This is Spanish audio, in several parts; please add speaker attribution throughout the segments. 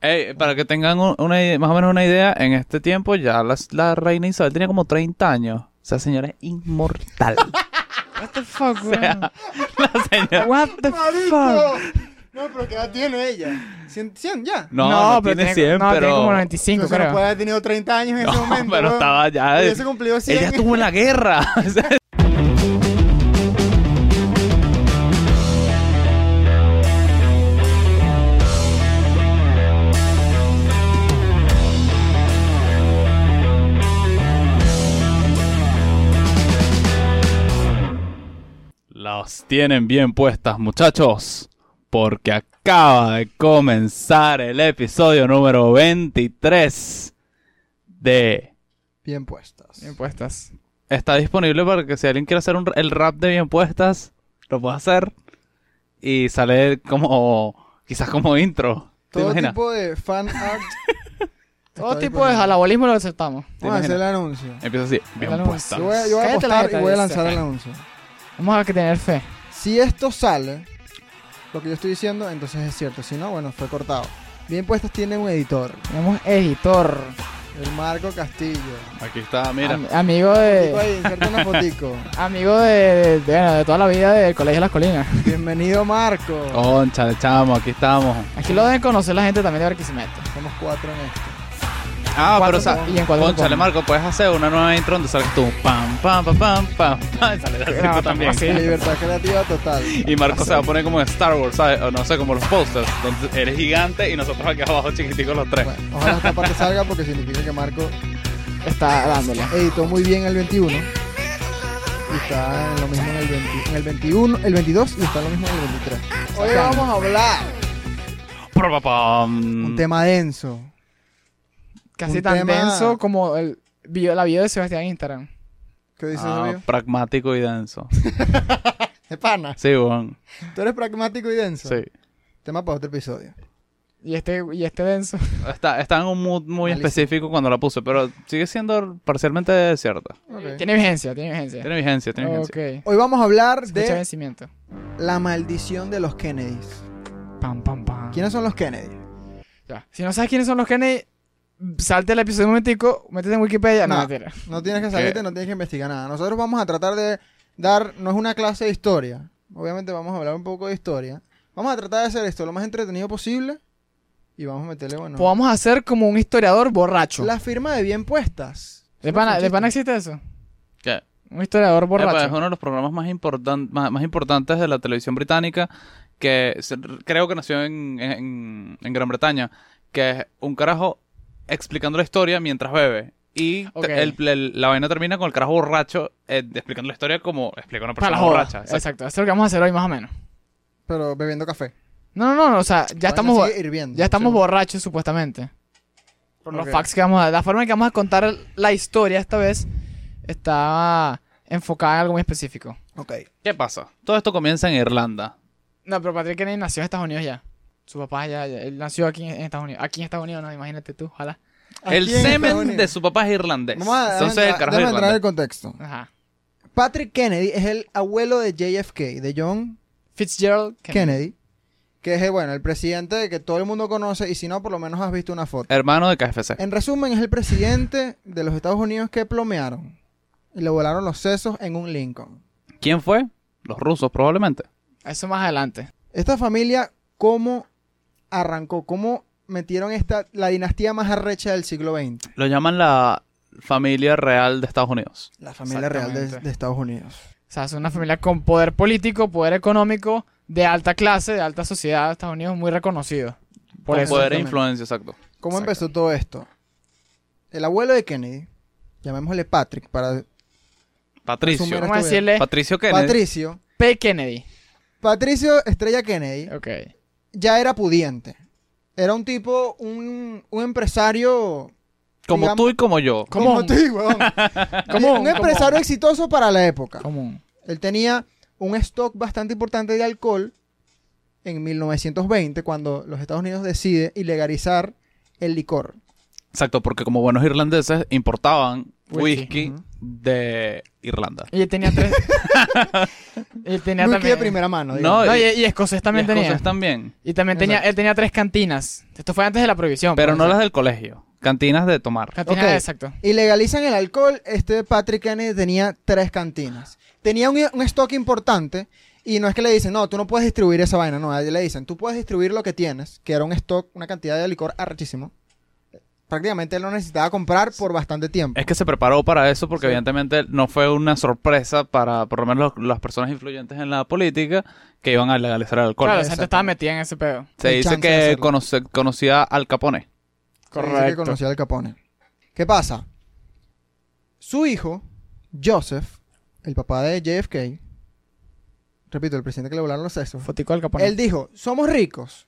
Speaker 1: Ey, para que tengan un- una ide- más o menos una idea, en este tiempo ya las- la reina Isabel tenía como 30 años. O sea, señora es inmortal.
Speaker 2: What the fuck, weón.
Speaker 1: la señora...
Speaker 2: What the fuck.
Speaker 3: No, pero ¿qué edad tiene ella? ¿Cien, cien ya?
Speaker 1: No, no, tiene 100,
Speaker 2: no,
Speaker 1: pero...
Speaker 2: tiene como 95,
Speaker 3: Entonces, no
Speaker 2: creo.
Speaker 3: puede haber tenido 30 años en ese
Speaker 1: No,
Speaker 3: momento.
Speaker 1: pero
Speaker 3: ¿no?
Speaker 1: estaba ya...
Speaker 3: Hubiese cumplido 100.
Speaker 1: Ella estuvo en la guerra. O sea, Los tienen bien puestas, muchachos, porque acaba de comenzar el episodio número 23 de
Speaker 3: Bien puestas.
Speaker 2: Impuestas.
Speaker 1: está disponible para que si alguien quiere hacer un- el rap de bien puestas, lo puede hacer. Y sale como, quizás como intro. ¿Te
Speaker 3: Todo
Speaker 1: imaginas?
Speaker 3: tipo de fan art.
Speaker 2: Todo tipo de jalabolismo lo aceptamos.
Speaker 1: ¿Te
Speaker 3: Vamos a hacer el
Speaker 1: imaginas?
Speaker 3: anuncio.
Speaker 1: Empieza así, bien
Speaker 2: Dale un-
Speaker 1: puestas.
Speaker 3: Yo voy, a- yo voy a
Speaker 2: Cállate la
Speaker 3: apostar
Speaker 2: jeta,
Speaker 3: y voy a
Speaker 2: dice.
Speaker 3: lanzar el anuncio.
Speaker 2: Vamos a tener fe.
Speaker 3: Si esto sale, lo que yo estoy diciendo, entonces es cierto. Si no, bueno, fue cortado. Bien puestas tiene un editor,
Speaker 2: Tenemos editor.
Speaker 3: el Marco Castillo.
Speaker 1: Aquí está, mira.
Speaker 2: Am- amigo
Speaker 3: Digo
Speaker 2: de.
Speaker 3: ahí, inserta una fotico.
Speaker 2: Amigo de, de, de- bueno, de toda la vida del Colegio de las Colinas.
Speaker 3: Bienvenido, Marco.
Speaker 1: Concha, le chamo, aquí estamos.
Speaker 2: Aquí lo deben conocer la gente también de Barquisimeto.
Speaker 3: Somos cuatro en esto.
Speaker 1: Ah, pero
Speaker 2: Cuatro
Speaker 1: o sea,
Speaker 2: y en cuatro
Speaker 1: conchale,
Speaker 2: con-
Speaker 1: Marco, puedes hacer una nueva intro donde salgas tú. Pam, pam, pam, pam, pam, pam. Y sale la cinco
Speaker 2: tampoco
Speaker 1: también.
Speaker 2: Ah, así.
Speaker 3: Libertad creativa total.
Speaker 1: Y Marco se va a poner como en Star Wars, ¿sabes? O no sé, como los posters, donde eres gigante y nosotros aquí abajo chiquiticos los tres.
Speaker 3: Bueno, ojalá esta parte salga porque significa que Marco
Speaker 2: Está dándole.
Speaker 3: editó muy bien el 21 y está en lo mismo en el, 20 en el 21, el 22 y está en lo mismo en el 23. Hoy
Speaker 2: Sacando.
Speaker 3: vamos a hablar
Speaker 1: Pro, pa, pam.
Speaker 3: un tema denso.
Speaker 2: Casi
Speaker 3: Un
Speaker 2: tan
Speaker 3: tema-
Speaker 2: denso como el video, la video de Sebastián en Instagram.
Speaker 3: ¿Qué dices,
Speaker 1: Ah,
Speaker 3: amigo?
Speaker 1: pragmático y denso.
Speaker 3: De pana.
Speaker 1: Sí, weón.
Speaker 3: Tú eres pragmático y denso.
Speaker 1: Sí.
Speaker 3: Tema para otro episodio.
Speaker 2: Y este, y este denso.
Speaker 1: Está, está en un mood muy
Speaker 3: Malísimo.
Speaker 1: específico cuando la puse, pero sigue siendo parcialmente cierta.
Speaker 3: Ok.
Speaker 2: Tiene vigencia, tiene vigencia.
Speaker 1: Tiene vigencia, tiene vigencia.
Speaker 2: Ok.
Speaker 3: Hoy vamos a hablar
Speaker 2: Escucha
Speaker 3: de
Speaker 2: vencimiento.
Speaker 3: la maldición de los Kennedys.
Speaker 2: Pam, pam, pam.
Speaker 3: ¿Quiénes son los Kennedy?
Speaker 2: Ya. Si no sabes quiénes son los Kennedy, salte el episodio un momentico, métete en Wikipedia. No,
Speaker 3: No.
Speaker 2: mentira.
Speaker 3: No tienes que salirte, no tienes que investigar nada. Nosotros vamos a tratar de dar, no es una clase de historia. Obviamente vamos a hablar un poco de historia. Vamos a tratar de hacer esto lo más entretenido posible y vamos a meterle, bueno,
Speaker 2: Pues vamos a hacer como un historiador borracho.
Speaker 3: la firma de bien puestas.
Speaker 2: ¿De, pana,
Speaker 3: Son
Speaker 2: ¿De pana
Speaker 3: chistes.
Speaker 2: existe eso?
Speaker 1: ¿Qué?
Speaker 2: Un historiador
Speaker 1: Epa,
Speaker 2: borracho.
Speaker 1: Eh, pues, es uno de los programas más, importan- más, más importantes de la televisión británica que se- creo que nació en, en- en Gran Bretaña, que es un carajo explicando la historia mientras bebe. Y te-
Speaker 2: Ok.
Speaker 1: el- el- la vaina termina con el carajo borracho eh, explicando la historia como explica una
Speaker 2: Para la
Speaker 1: persona
Speaker 2: joda.
Speaker 1: borracha.
Speaker 2: Exacto. Eso es lo que vamos a hacer hoy más o menos.
Speaker 3: Pero bebiendo café.
Speaker 2: No, no, no, o sea, ya
Speaker 3: La vaina
Speaker 2: estamos, bo-
Speaker 3: sigue hirviendo.
Speaker 2: ya estamos
Speaker 3: Sí.
Speaker 2: borrachos supuestamente. Por los
Speaker 3: Ok.
Speaker 2: facts que vamos a La forma en que vamos a contar la historia esta vez está enfocada en algo muy específico.
Speaker 3: Ok.
Speaker 1: ¿Qué pasa? Todo esto comienza en Irlanda.
Speaker 2: No, pero Patrick Kennedy nació en Estados Unidos ya. Su papá ya, ya- él nació aquí en Estados Unidos. Aquí en Estados Unidos, no, imagínate tú, ojalá.
Speaker 3: Aquí
Speaker 1: el
Speaker 3: en Estados
Speaker 1: semen
Speaker 3: Unidos.
Speaker 1: de su papá es irlandés.
Speaker 3: Vamos a
Speaker 1: Entonces
Speaker 3: déjame
Speaker 1: el
Speaker 3: entrar-
Speaker 1: carajo es
Speaker 3: déjame entrar en el
Speaker 1: irlandés.
Speaker 3: contexto.
Speaker 2: Ajá.
Speaker 3: Patrick Kennedy es el abuelo de JFK, de John
Speaker 2: Fitzgerald Kennedy.
Speaker 3: Kennedy, que es, eh, bueno, el presidente que todo el mundo conoce y si no, por lo menos has visto una foto.
Speaker 1: Hermano de KFC.
Speaker 3: En resumen, es el presidente de los Estados Unidos que plomearon y le volaron los sesos en un Lincoln.
Speaker 1: ¿Quién fue? Los rusos, probablemente.
Speaker 2: Eso más adelante.
Speaker 3: Esta familia, ¿cómo arrancó? ¿Cómo metieron esta, la dinastía más arrecha del siglo XX?
Speaker 1: Lo llaman la familia real de Estados Unidos.
Speaker 3: La familia real de,
Speaker 2: Exactamente.
Speaker 3: de Estados Unidos.
Speaker 2: O sea, es una familia con poder político, poder económico, de alta clase, de alta sociedad. Estados Unidos muy reconocido. Por
Speaker 1: Con poder
Speaker 2: eso.
Speaker 1: e
Speaker 3: exactamente.
Speaker 1: influencia, exacto.
Speaker 3: ¿Cómo
Speaker 2: Exacto.
Speaker 3: empezó todo esto? El abuelo de Kennedy, llamémosle Patrick para
Speaker 1: Patricio.
Speaker 3: Asumir-
Speaker 2: Vamos a decirle
Speaker 1: Patricio Kennedy.
Speaker 3: Patricio.
Speaker 2: P. Kennedy.
Speaker 3: Patricio Estrella Kennedy
Speaker 2: Ok.
Speaker 3: ya era pudiente. Era un tipo, un, un empresario
Speaker 1: como
Speaker 3: digamos-
Speaker 1: tú y como yo.
Speaker 2: Común.
Speaker 3: como tú, huevón.
Speaker 2: Común,
Speaker 3: un empresario
Speaker 2: común.
Speaker 3: exitoso para la época.
Speaker 2: Común.
Speaker 3: Él tenía un stock bastante importante de alcohol en 1920, cuando los Estados Unidos decide ilegalizar el licor.
Speaker 1: Exacto, porque como buenos irlandeses importaban whisky
Speaker 3: Ujú.
Speaker 1: de Irlanda.
Speaker 2: Y él tenía tres. y él tenía
Speaker 3: Whisky
Speaker 2: también.
Speaker 3: de primera mano.
Speaker 1: No,
Speaker 3: digamos.
Speaker 2: No, y, y escocés también
Speaker 1: Y
Speaker 2: tenía.
Speaker 1: escocés también.
Speaker 2: Y también tenía, él tenía tres cantinas. Esto fue antes de la prohibición.
Speaker 1: Pero
Speaker 2: por
Speaker 1: no
Speaker 2: eso.
Speaker 1: las del colegio. Cantinas de tomar.
Speaker 2: Cantinas,
Speaker 3: Ok.
Speaker 2: exacto.
Speaker 3: Y legalizan el alcohol. Este Patrick Kennedy tenía tres cantinas. Tenía un, un stock importante. Y no es que le dicen, no, tú no puedes distribuir esa vaina. No, a él le dicen, tú puedes distribuir lo que tienes, que era un stock, una cantidad de licor arrechísimo. Prácticamente él lo necesitaba comprar por bastante tiempo.
Speaker 1: Es que se preparó para eso porque
Speaker 3: Sí.
Speaker 1: evidentemente no fue una sorpresa para por lo menos los- las personas influyentes en la política que iban a legalizar el alcohol.
Speaker 2: Claro, esa gente
Speaker 3: exacto.
Speaker 2: estaba metida en ese pedo.
Speaker 1: se
Speaker 3: Hay
Speaker 1: dice
Speaker 3: chance de
Speaker 1: que
Speaker 3: hacerlo.
Speaker 1: conoce- conocía al Capone.
Speaker 3: Se dice que
Speaker 2: Correcto.
Speaker 3: conocía al Capone. ¿Qué pasa? Su hijo, Joseph, el papá de JFK, repito, el presidente que le volaron los sexos,
Speaker 2: Fotico del Capone.
Speaker 3: él dijo, somos ricos.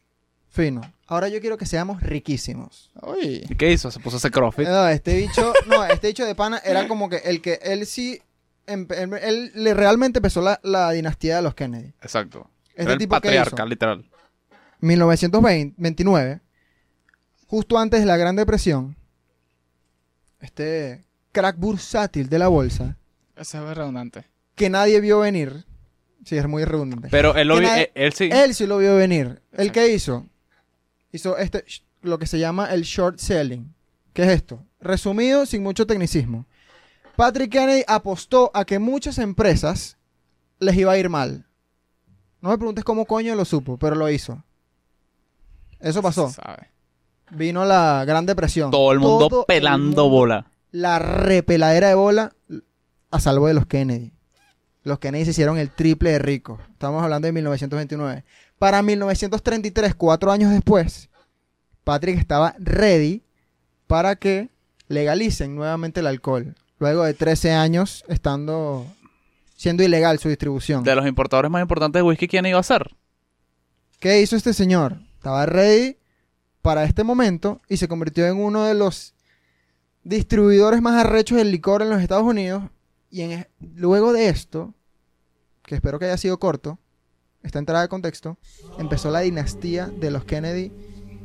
Speaker 3: Fino. Ahora yo quiero que seamos riquísimos.
Speaker 2: Uy.
Speaker 1: ¿Y qué hizo? Se puso ese crossfit.
Speaker 3: No, este bicho, no, este bicho de pana era como que el que él sí, em- em- él, le realmente empezó la, la dinastía de los Kennedy.
Speaker 1: Exacto.
Speaker 3: Este
Speaker 1: Era el
Speaker 3: tipo que hizo,
Speaker 1: patriarca, literal.
Speaker 3: 1929, justo antes de la Gran Depresión, este crack bursátil de la bolsa,
Speaker 2: Eso es redundante.
Speaker 3: que nadie vio venir, sí, es muy redundante,
Speaker 1: Pero él, lo
Speaker 3: Que
Speaker 1: vi-
Speaker 3: nadie-
Speaker 1: él, él sí.
Speaker 3: él sí lo vio venir. ¿El que hizo? Hizo este, sh- lo que se llama el short selling. ¿Qué es esto? Resumido, sin mucho tecnicismo. Patrick Kennedy apostó a que muchas empresas les iba a ir mal. No me preguntes cómo coño lo supo, pero lo hizo. Eso pasó.
Speaker 2: Sabe.
Speaker 3: Vino la Gran Depresión.
Speaker 1: todo el mundo
Speaker 3: Todo el
Speaker 1: pelando
Speaker 3: mundo-
Speaker 1: bola.
Speaker 3: La repeladera de bola a salvo de los Kennedy. Los Kennedy se hicieron el triple de ricos. Estamos hablando de 1929. Para 1933, cuatro años después, Patrick estaba ready para que legalicen nuevamente el alcohol. Luego de 13 años estando siendo ilegal su distribución.
Speaker 1: De los importadores más importantes de whisky, ¿quién iba a ser?
Speaker 3: ¿Qué hizo este señor? Estaba ready para este momento y se convirtió en uno de los distribuidores más arrechos del licor en los Estados Unidos. Y en- luego de esto, que espero que haya sido corto, esta entrada de contexto, empezó la dinastía de los Kennedy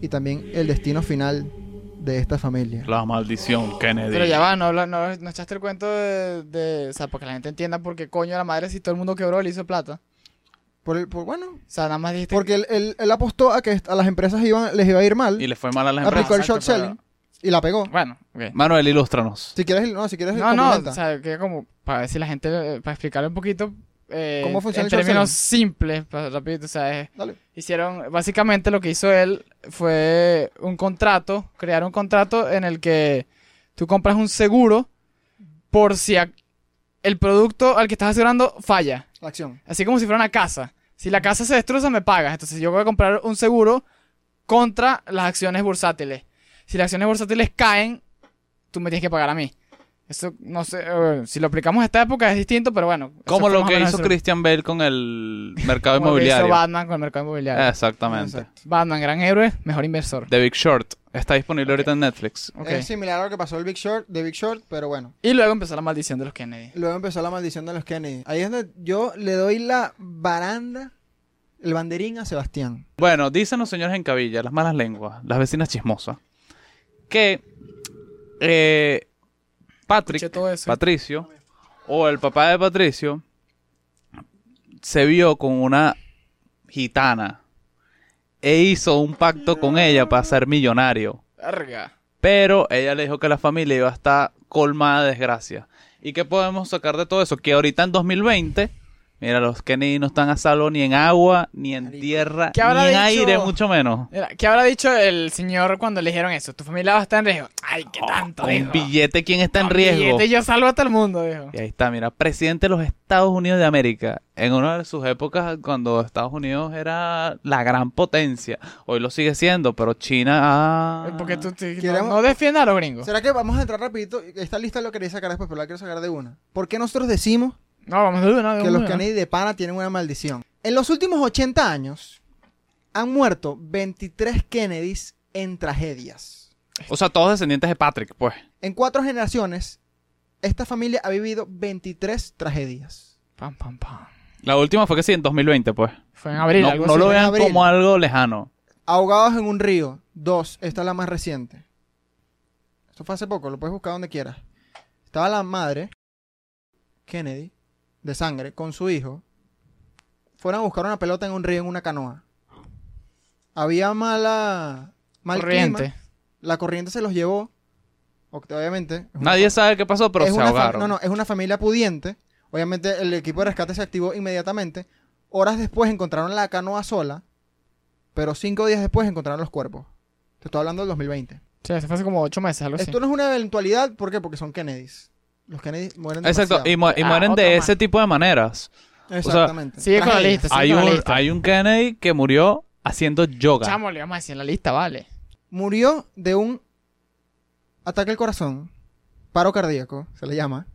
Speaker 3: y también el destino final de esta familia.
Speaker 1: La maldición Kennedy.
Speaker 2: Pero ya va, no, habla- no, no echaste el cuento de, de- O sea, porque la gente entienda por qué coño la madre si todo el mundo quebró le hizo plata.
Speaker 3: Por, el- por- bueno,
Speaker 2: O sea, nada más dijiste.
Speaker 3: porque él, él- él apostó a que est- a las empresas iban, les iba a ir mal
Speaker 1: Y le fue mal a las
Speaker 3: aplicó
Speaker 1: empresas.
Speaker 3: el
Speaker 2: exacto,
Speaker 3: short selling y la pegó.
Speaker 2: Bueno,
Speaker 3: pues,
Speaker 2: ok.
Speaker 1: Manuel, ilústranos.
Speaker 3: Si quieres, no, si quieres
Speaker 2: No, no,
Speaker 3: complementa.
Speaker 2: o sea, que como para decir la gente, eh, para explicarle un poquito. eh,
Speaker 3: ¿Cómo funciona
Speaker 2: En
Speaker 3: el short
Speaker 2: términos simples, pa- rapidito, o sea, es-
Speaker 3: Dale.
Speaker 2: hicieron. Básicamente lo que hizo él fue un contrato, crear un contrato en el que tú compras un seguro por si ac- el producto al que estás asegurando falla.
Speaker 3: La acción.
Speaker 2: Así como si fuera una casa. Si la casa se destroza, me pagas. Entonces yo voy a comprar un seguro contra las acciones bursátiles. Si las acciones bursátiles caen, tú me tienes que pagar a mí. Eso no sé, eh, si lo aplicamos a esta época es distinto, pero bueno. eso
Speaker 1: Como
Speaker 2: fue
Speaker 1: lo
Speaker 2: más o
Speaker 1: que
Speaker 2: menos
Speaker 1: hizo
Speaker 2: eso.
Speaker 1: Christian Bale con el mercado
Speaker 2: Como lo que hizo
Speaker 1: inmobiliario. Ah.
Speaker 2: Batman con el mercado inmobiliario.
Speaker 1: Exactamente.
Speaker 3: Exacto.
Speaker 2: Batman, gran héroe, mejor inversor.
Speaker 1: The Big Short. Está disponible ahorita en Netflix.
Speaker 2: Ok.
Speaker 3: Es similar a lo que pasó el Big Short, de Big Short, pero bueno.
Speaker 2: Y luego empezó la maldición de los Kennedy.
Speaker 3: Luego empezó la maldición de los Kennedy. Ahí es donde yo le doy la baranda, el banderín a Sebastián.
Speaker 1: Bueno, dicen los señores en cabilla, las malas lenguas, las vecinas chismosas, que eh, Patrick,
Speaker 2: Escuché todo eso.
Speaker 1: Patricio, o el papá de Patricio, se vio con una gitana e hizo un pacto con ella para ser millonario.
Speaker 2: Verga.
Speaker 1: Pero ella le dijo que la familia iba a estar colmada de desgracia. ¿Y qué podemos sacar de todo eso? Que ahorita en 2020, mira, los Kennedy no están a salvo ni en agua, ni en
Speaker 3: Marico.
Speaker 1: tierra,
Speaker 2: ¿Qué
Speaker 1: ni en
Speaker 2: habrá dicho?
Speaker 1: aire, mucho menos.
Speaker 2: Mira, ¿Qué habrá dicho el señor cuando le dijeron eso? Tu familia va a estar en riesgo. Ay, qué tanto,
Speaker 1: Con
Speaker 2: dijo.
Speaker 1: Oh, billete, ¿quién está en
Speaker 2: Con
Speaker 1: riesgo?
Speaker 2: billete yo salvo a todo el mundo, dijo.
Speaker 1: Y ahí está, mira, presidente de los Estados Unidos de América. En una de sus épocas, cuando Estados Unidos era la gran potencia. Hoy lo sigue siendo, pero China... ah,
Speaker 2: Porque tú te- no,
Speaker 3: Queremos-
Speaker 2: no defiendas a los gringos.
Speaker 3: ¿Será que vamos a entrar rapidito? Esta lista lo quería sacar después, pero la quiero sacar de una. ¿Por qué nosotros decimos
Speaker 2: No, vamos de una, de
Speaker 3: que
Speaker 2: una.
Speaker 3: los Kennedy de pana tienen una maldición? En los últimos 80 años han muerto 23 Kennedys en tragedias.
Speaker 1: O sea, todos descendientes de Patrick, pues.
Speaker 3: En cuatro generaciones, esta familia ha vivido 23 tragedias.
Speaker 2: Pam, pam, pam.
Speaker 1: La última fue que sí, en 2020, pues.
Speaker 2: Fue en abril,
Speaker 1: no
Speaker 2: algo
Speaker 1: no
Speaker 2: así.
Speaker 1: lo
Speaker 3: En
Speaker 1: vean
Speaker 3: abril.
Speaker 1: como algo lejano.
Speaker 3: Ahogados en un río. Dos. Esta es la más reciente. Esto fue hace poco, lo puedes buscar donde quieras. Estaba la madre, Kennedy, de sangre, con su hijo. Fueron a buscar una pelota en un río, en una canoa. Había mala... Mal
Speaker 2: Corriente.
Speaker 3: clima. La corriente se los llevó. o- Obviamente. es una
Speaker 1: Nadie sabe qué pasó, pero
Speaker 3: es
Speaker 1: se
Speaker 3: una fa-
Speaker 1: ahogaron.
Speaker 3: No, no, es una familia pudiente. Obviamente el equipo de rescate se activó inmediatamente. Horas después encontraron la canoa sola, pero cinco días después encontraron los cuerpos. Te estoy hablando del 2020.
Speaker 2: Sí, eso fue hace como ocho
Speaker 1: Ah,
Speaker 2: meses, algo así.
Speaker 3: Esto no es una eventualidad, ¿por qué? Porque son Kennedys. Los Kennedys mueren
Speaker 1: Exacto, y,
Speaker 3: demasiado.
Speaker 1: mu- y
Speaker 2: Ah,
Speaker 1: mueren
Speaker 2: otro
Speaker 1: de
Speaker 2: más.
Speaker 1: ese tipo de maneras.
Speaker 3: Exactamente.
Speaker 2: Sigue con la
Speaker 3: Tragedias.
Speaker 2: lista, sigue
Speaker 1: Hay
Speaker 2: con la
Speaker 1: un,
Speaker 2: lista.
Speaker 1: hay un Kennedy que murió haciendo yoga.
Speaker 2: Chamo, le vamos a decir en la lista, vale.
Speaker 3: Murió de un ataque al corazón, paro cardíaco, se le llama,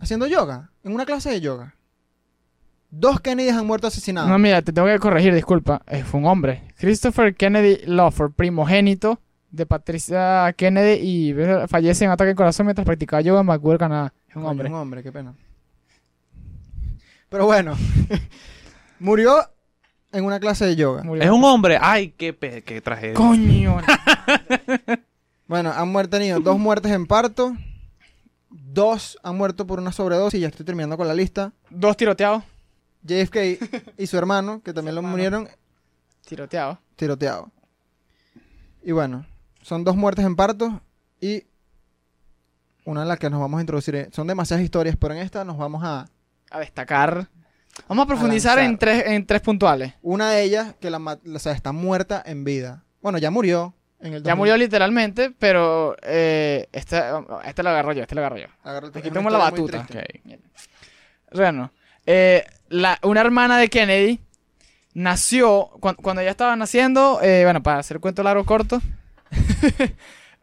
Speaker 3: haciendo yoga, en una clase de yoga. Dos Kennedys han muerto asesinados.
Speaker 2: No, mira, te tengo que corregir, disculpa. Eh, fue un hombre. Christopher Kennedy Lawford, primogénito de Patricia Kennedy y eh, fallece en ataque al corazón mientras practicaba yoga en Vancouver, Canadá. Es un
Speaker 3: Coño,
Speaker 2: hombre.
Speaker 3: Un hombre, qué pena. Pero bueno, murió en una clase de yoga.
Speaker 2: Murió.
Speaker 1: Es un hombre. Ay, qué, pe- qué tragedia.
Speaker 2: Coño.
Speaker 3: Bueno, han muer- tenido dos muertes en parto. Dos han muerto por una sobredosis. Ya estoy terminando con la lista.
Speaker 2: Dos tiroteados.
Speaker 3: JFK y su hermano, que también lo
Speaker 2: hermano.
Speaker 3: murieron
Speaker 2: Tiroteados.
Speaker 3: tiroteados. Y bueno, son dos muertes en parto y una en la que nos vamos a introducir. en- Son demasiadas historias, pero en esta nos vamos a...
Speaker 2: A destacar. Vamos a profundizar en
Speaker 3: lanzar.
Speaker 2: tres, en tres puntuales.
Speaker 3: Una de ellas que la, ma- o sea, está muerta en vida. Bueno, ya murió. En el
Speaker 2: Ya
Speaker 3: 2000.
Speaker 2: murió literalmente, pero eh, esta, esta la agarro yo, esta la agarro yo.
Speaker 3: Agarra-
Speaker 2: Te
Speaker 3: es una
Speaker 2: quitamos la
Speaker 3: historia muy
Speaker 2: batuta.
Speaker 3: triste.
Speaker 1: Ok.
Speaker 2: Bueno, eh, la- una hermana de Kennedy nació, cuan- cuando ella estaba naciendo, eh, bueno, para hacer cuento largo corto,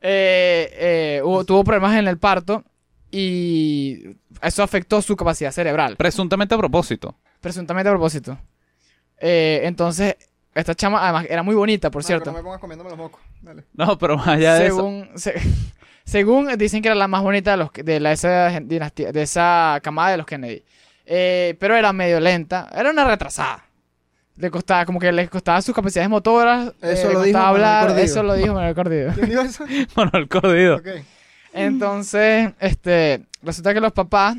Speaker 2: eh, eh, hubo- tuvo problemas en el parto y eso afectó su capacidad cerebral,
Speaker 1: Presuntamente a propósito.
Speaker 2: presuntamente a propósito. Eh, entonces, esta chama, además, era muy bonita, por
Speaker 3: Marco,
Speaker 2: cierto.
Speaker 3: No me pongas comiéndome los mocos. Dale.
Speaker 1: No, pero más allá de eso.
Speaker 2: según, se- según dicen que era la más bonita de, los, de, la, esa gen- dinastía, de esa camada de los Kennedy. Eh, pero era medio lenta, era una retrasada. Le costaba, como que le costaba sus capacidades motoras. eh,
Speaker 3: Eso
Speaker 2: le
Speaker 3: lo
Speaker 2: costaba
Speaker 3: dijo Manuel
Speaker 2: hablar,
Speaker 3: Cordillo.
Speaker 2: Eso lo dijo Manuel Cordillo.
Speaker 3: ¿Quién dijo eso?
Speaker 1: Bueno, el codido.
Speaker 3: Ok.
Speaker 2: Entonces, este, resulta que los papás,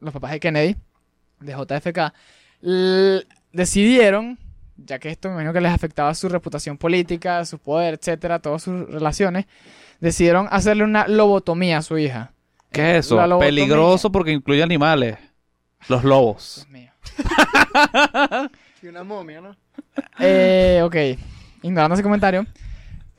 Speaker 2: los papás de Kennedy, de JFK, l- decidieron, ya que esto me imagino que les afectaba su reputación política, su poder, etcétera, todas sus relaciones, decidieron hacerle una lobotomía a su hija.
Speaker 1: ¿Qué es eso?
Speaker 2: La lobotomía.
Speaker 1: Peligroso porque incluye animales. Los lobos.
Speaker 2: Dios mío.
Speaker 3: Y una momia, ¿no?
Speaker 2: Eh, ok, ignorando ese comentario.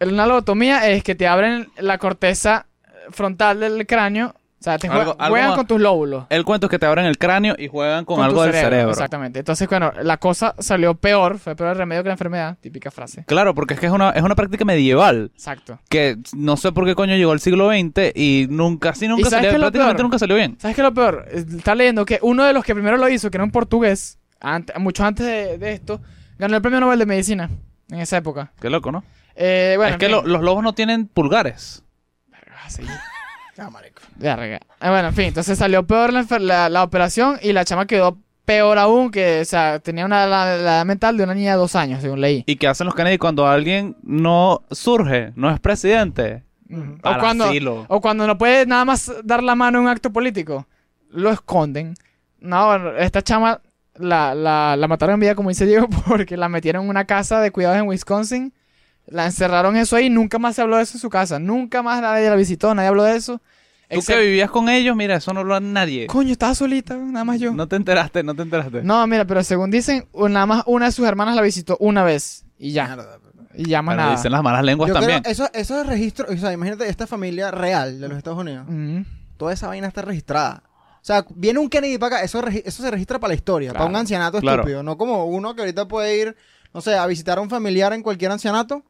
Speaker 2: Una lobotomía es que te abren la corteza frontal del cráneo, o sea, te jue-
Speaker 1: Algo- algo
Speaker 2: juegan
Speaker 1: más-
Speaker 2: con tus lóbulos.
Speaker 1: El cuento es que te abren el cráneo y juegan con,
Speaker 2: tu
Speaker 1: algo del cerebro.
Speaker 2: Exactamente. Entonces, bueno, la cosa salió peor, fue peor el remedio que la enfermedad, típica frase.
Speaker 1: Claro, porque es que es una, es una práctica medieval
Speaker 2: Exacto.
Speaker 1: que no sé por qué coño llegó al siglo XX y nunca, sí, nunca
Speaker 2: sabes
Speaker 1: salió,
Speaker 2: qué es lo
Speaker 1: prácticamente
Speaker 2: peor?
Speaker 1: nunca salió bien.
Speaker 2: ¿Sabes qué es lo peor? Está leyendo que uno de los que primero lo hizo, que era un portugués, ant- mucho antes de, de esto, ganó el premio Nobel de Medicina en esa época.
Speaker 1: Qué loco, ¿no?
Speaker 2: Eh, bueno,
Speaker 1: es que
Speaker 2: en
Speaker 1: lo-
Speaker 2: fin.
Speaker 1: los lobos no tienen pulgares.
Speaker 2: Ah, sí.
Speaker 3: Ah, marico.
Speaker 2: Verga. Eh, bueno, en fin, entonces salió peor la, enfer- la- la operación y la chama quedó peor aún, que, o sea, tenía una la, la edad mental de una niña de dos años, según leí.
Speaker 1: ¿Y qué hacen los Kennedy cuando alguien no surge, no es presidente?
Speaker 2: Ujú.
Speaker 1: Al
Speaker 2: O cuando,
Speaker 1: asilo.
Speaker 2: O cuando no puede nada más dar la mano a un acto político, lo esconden. No, bueno, esta chama la, la, la mataron en vida, como dice Diego, porque la metieron en una casa de cuidados en Wisconsin. La encerraron eso ahí, nunca más se habló de eso en su casa. Nunca más nadie la visitó, nadie habló de eso.
Speaker 1: Tú que
Speaker 2: Excepto-
Speaker 1: vivías con ellos, mira, eso no lo hace nadie.
Speaker 2: Coño, estaba solita, nada más yo.
Speaker 1: No te enteraste, no te enteraste.
Speaker 2: No, mira, pero según dicen, nada más una de sus hermanas la visitó una vez. Y ya,
Speaker 3: Mierda.
Speaker 2: y ya más
Speaker 1: Bueno,
Speaker 2: nada.
Speaker 1: dicen las malas lenguas
Speaker 3: Yo creo,
Speaker 1: también.
Speaker 3: eso, esos registros, o sea, imagínate esta familia real de los Estados Unidos.
Speaker 2: Ujú.
Speaker 3: Toda esa vaina está registrada. O sea, viene un Kennedy para acá, eso, regi- eso se registra para la historia,
Speaker 2: Claro.
Speaker 3: para un ancianato
Speaker 1: Claro.
Speaker 3: estúpido. No como uno que ahorita puede ir, no sé, a visitar a un familiar en cualquier ancianato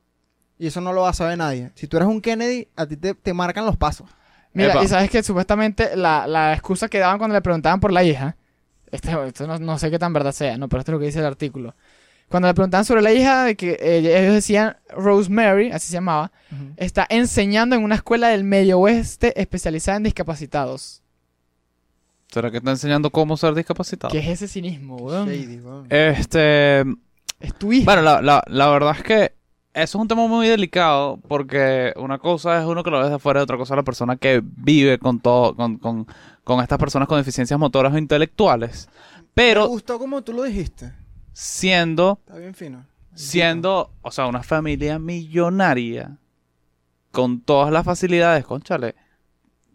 Speaker 3: y eso no lo va a saber nadie. Si tú eres un Kennedy, a ti te, te marcan los pasos.
Speaker 2: Mira,
Speaker 1: Epa.
Speaker 2: y sabes que supuestamente la, la excusa que daban cuando le preguntaban por la hija, este, esto no, no sé qué tan verdad sea, no, pero esto es lo que dice el artículo. Cuando le preguntaban sobre la hija, de que eh, ellos decían Rosemary, así se llamaba, está enseñando en una escuela del medio oeste especializada en discapacitados.
Speaker 1: ¿Será que está enseñando cómo ser discapacitado?
Speaker 2: ¿Qué es ese
Speaker 3: Em,
Speaker 2: cinismo, weón?
Speaker 3: Shady, weón.
Speaker 1: Este.
Speaker 2: Es tu hija.
Speaker 1: Bueno, la, la- la verdad es que eso es un tema muy delicado porque una cosa es uno que lo ve desde afuera y otra cosa es la persona que vive con todo, con, con, con estas personas con deficiencias motoras o intelectuales.
Speaker 3: Me
Speaker 1: Pero
Speaker 3: gustó como tú lo dijiste.
Speaker 1: siendo,
Speaker 3: Está bien fino.
Speaker 1: siendo, o sea, una familia millonaria con todas las facilidades, conchale,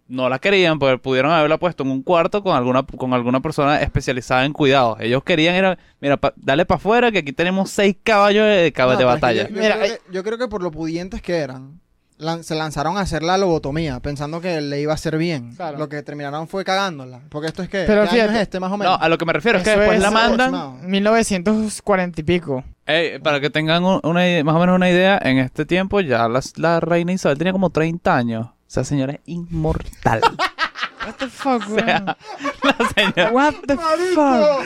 Speaker 1: no la querían porque pudieron haberla puesto en un cuarto con alguna, con alguna persona especializada en cuidados. Ellos querían era, mira, pa- dale para afuera que aquí tenemos seis caballos de, cab-
Speaker 3: No,
Speaker 1: de
Speaker 3: pero es que
Speaker 1: batalla.
Speaker 3: Yo, yo
Speaker 2: Mira,
Speaker 3: creo
Speaker 2: eh.
Speaker 3: que, yo creo que por lo pudientes que eran, lan- se lanzaron a hacer la lobotomía, pensando que le iba a hacer bien.
Speaker 2: Claro.
Speaker 3: Lo que terminaron fue cagándola. Porque esto es que.
Speaker 2: Pero
Speaker 3: ¿qué año
Speaker 2: fíjate.
Speaker 3: es este más o
Speaker 1: No,
Speaker 3: menos?
Speaker 1: a lo que me refiero es que
Speaker 2: Eso
Speaker 1: después
Speaker 2: es
Speaker 1: la mandan.
Speaker 3: aproximado.
Speaker 2: 1940 y pico.
Speaker 1: Ey, para que tengan un- una, ide- más o menos una idea, en este tiempo ya las- la reina Isabel tenía como 30 años. O sea, señora es inmortal.
Speaker 2: What the fuck, weón.
Speaker 1: La señora-
Speaker 2: What the fuck.
Speaker 3: ¡Marico!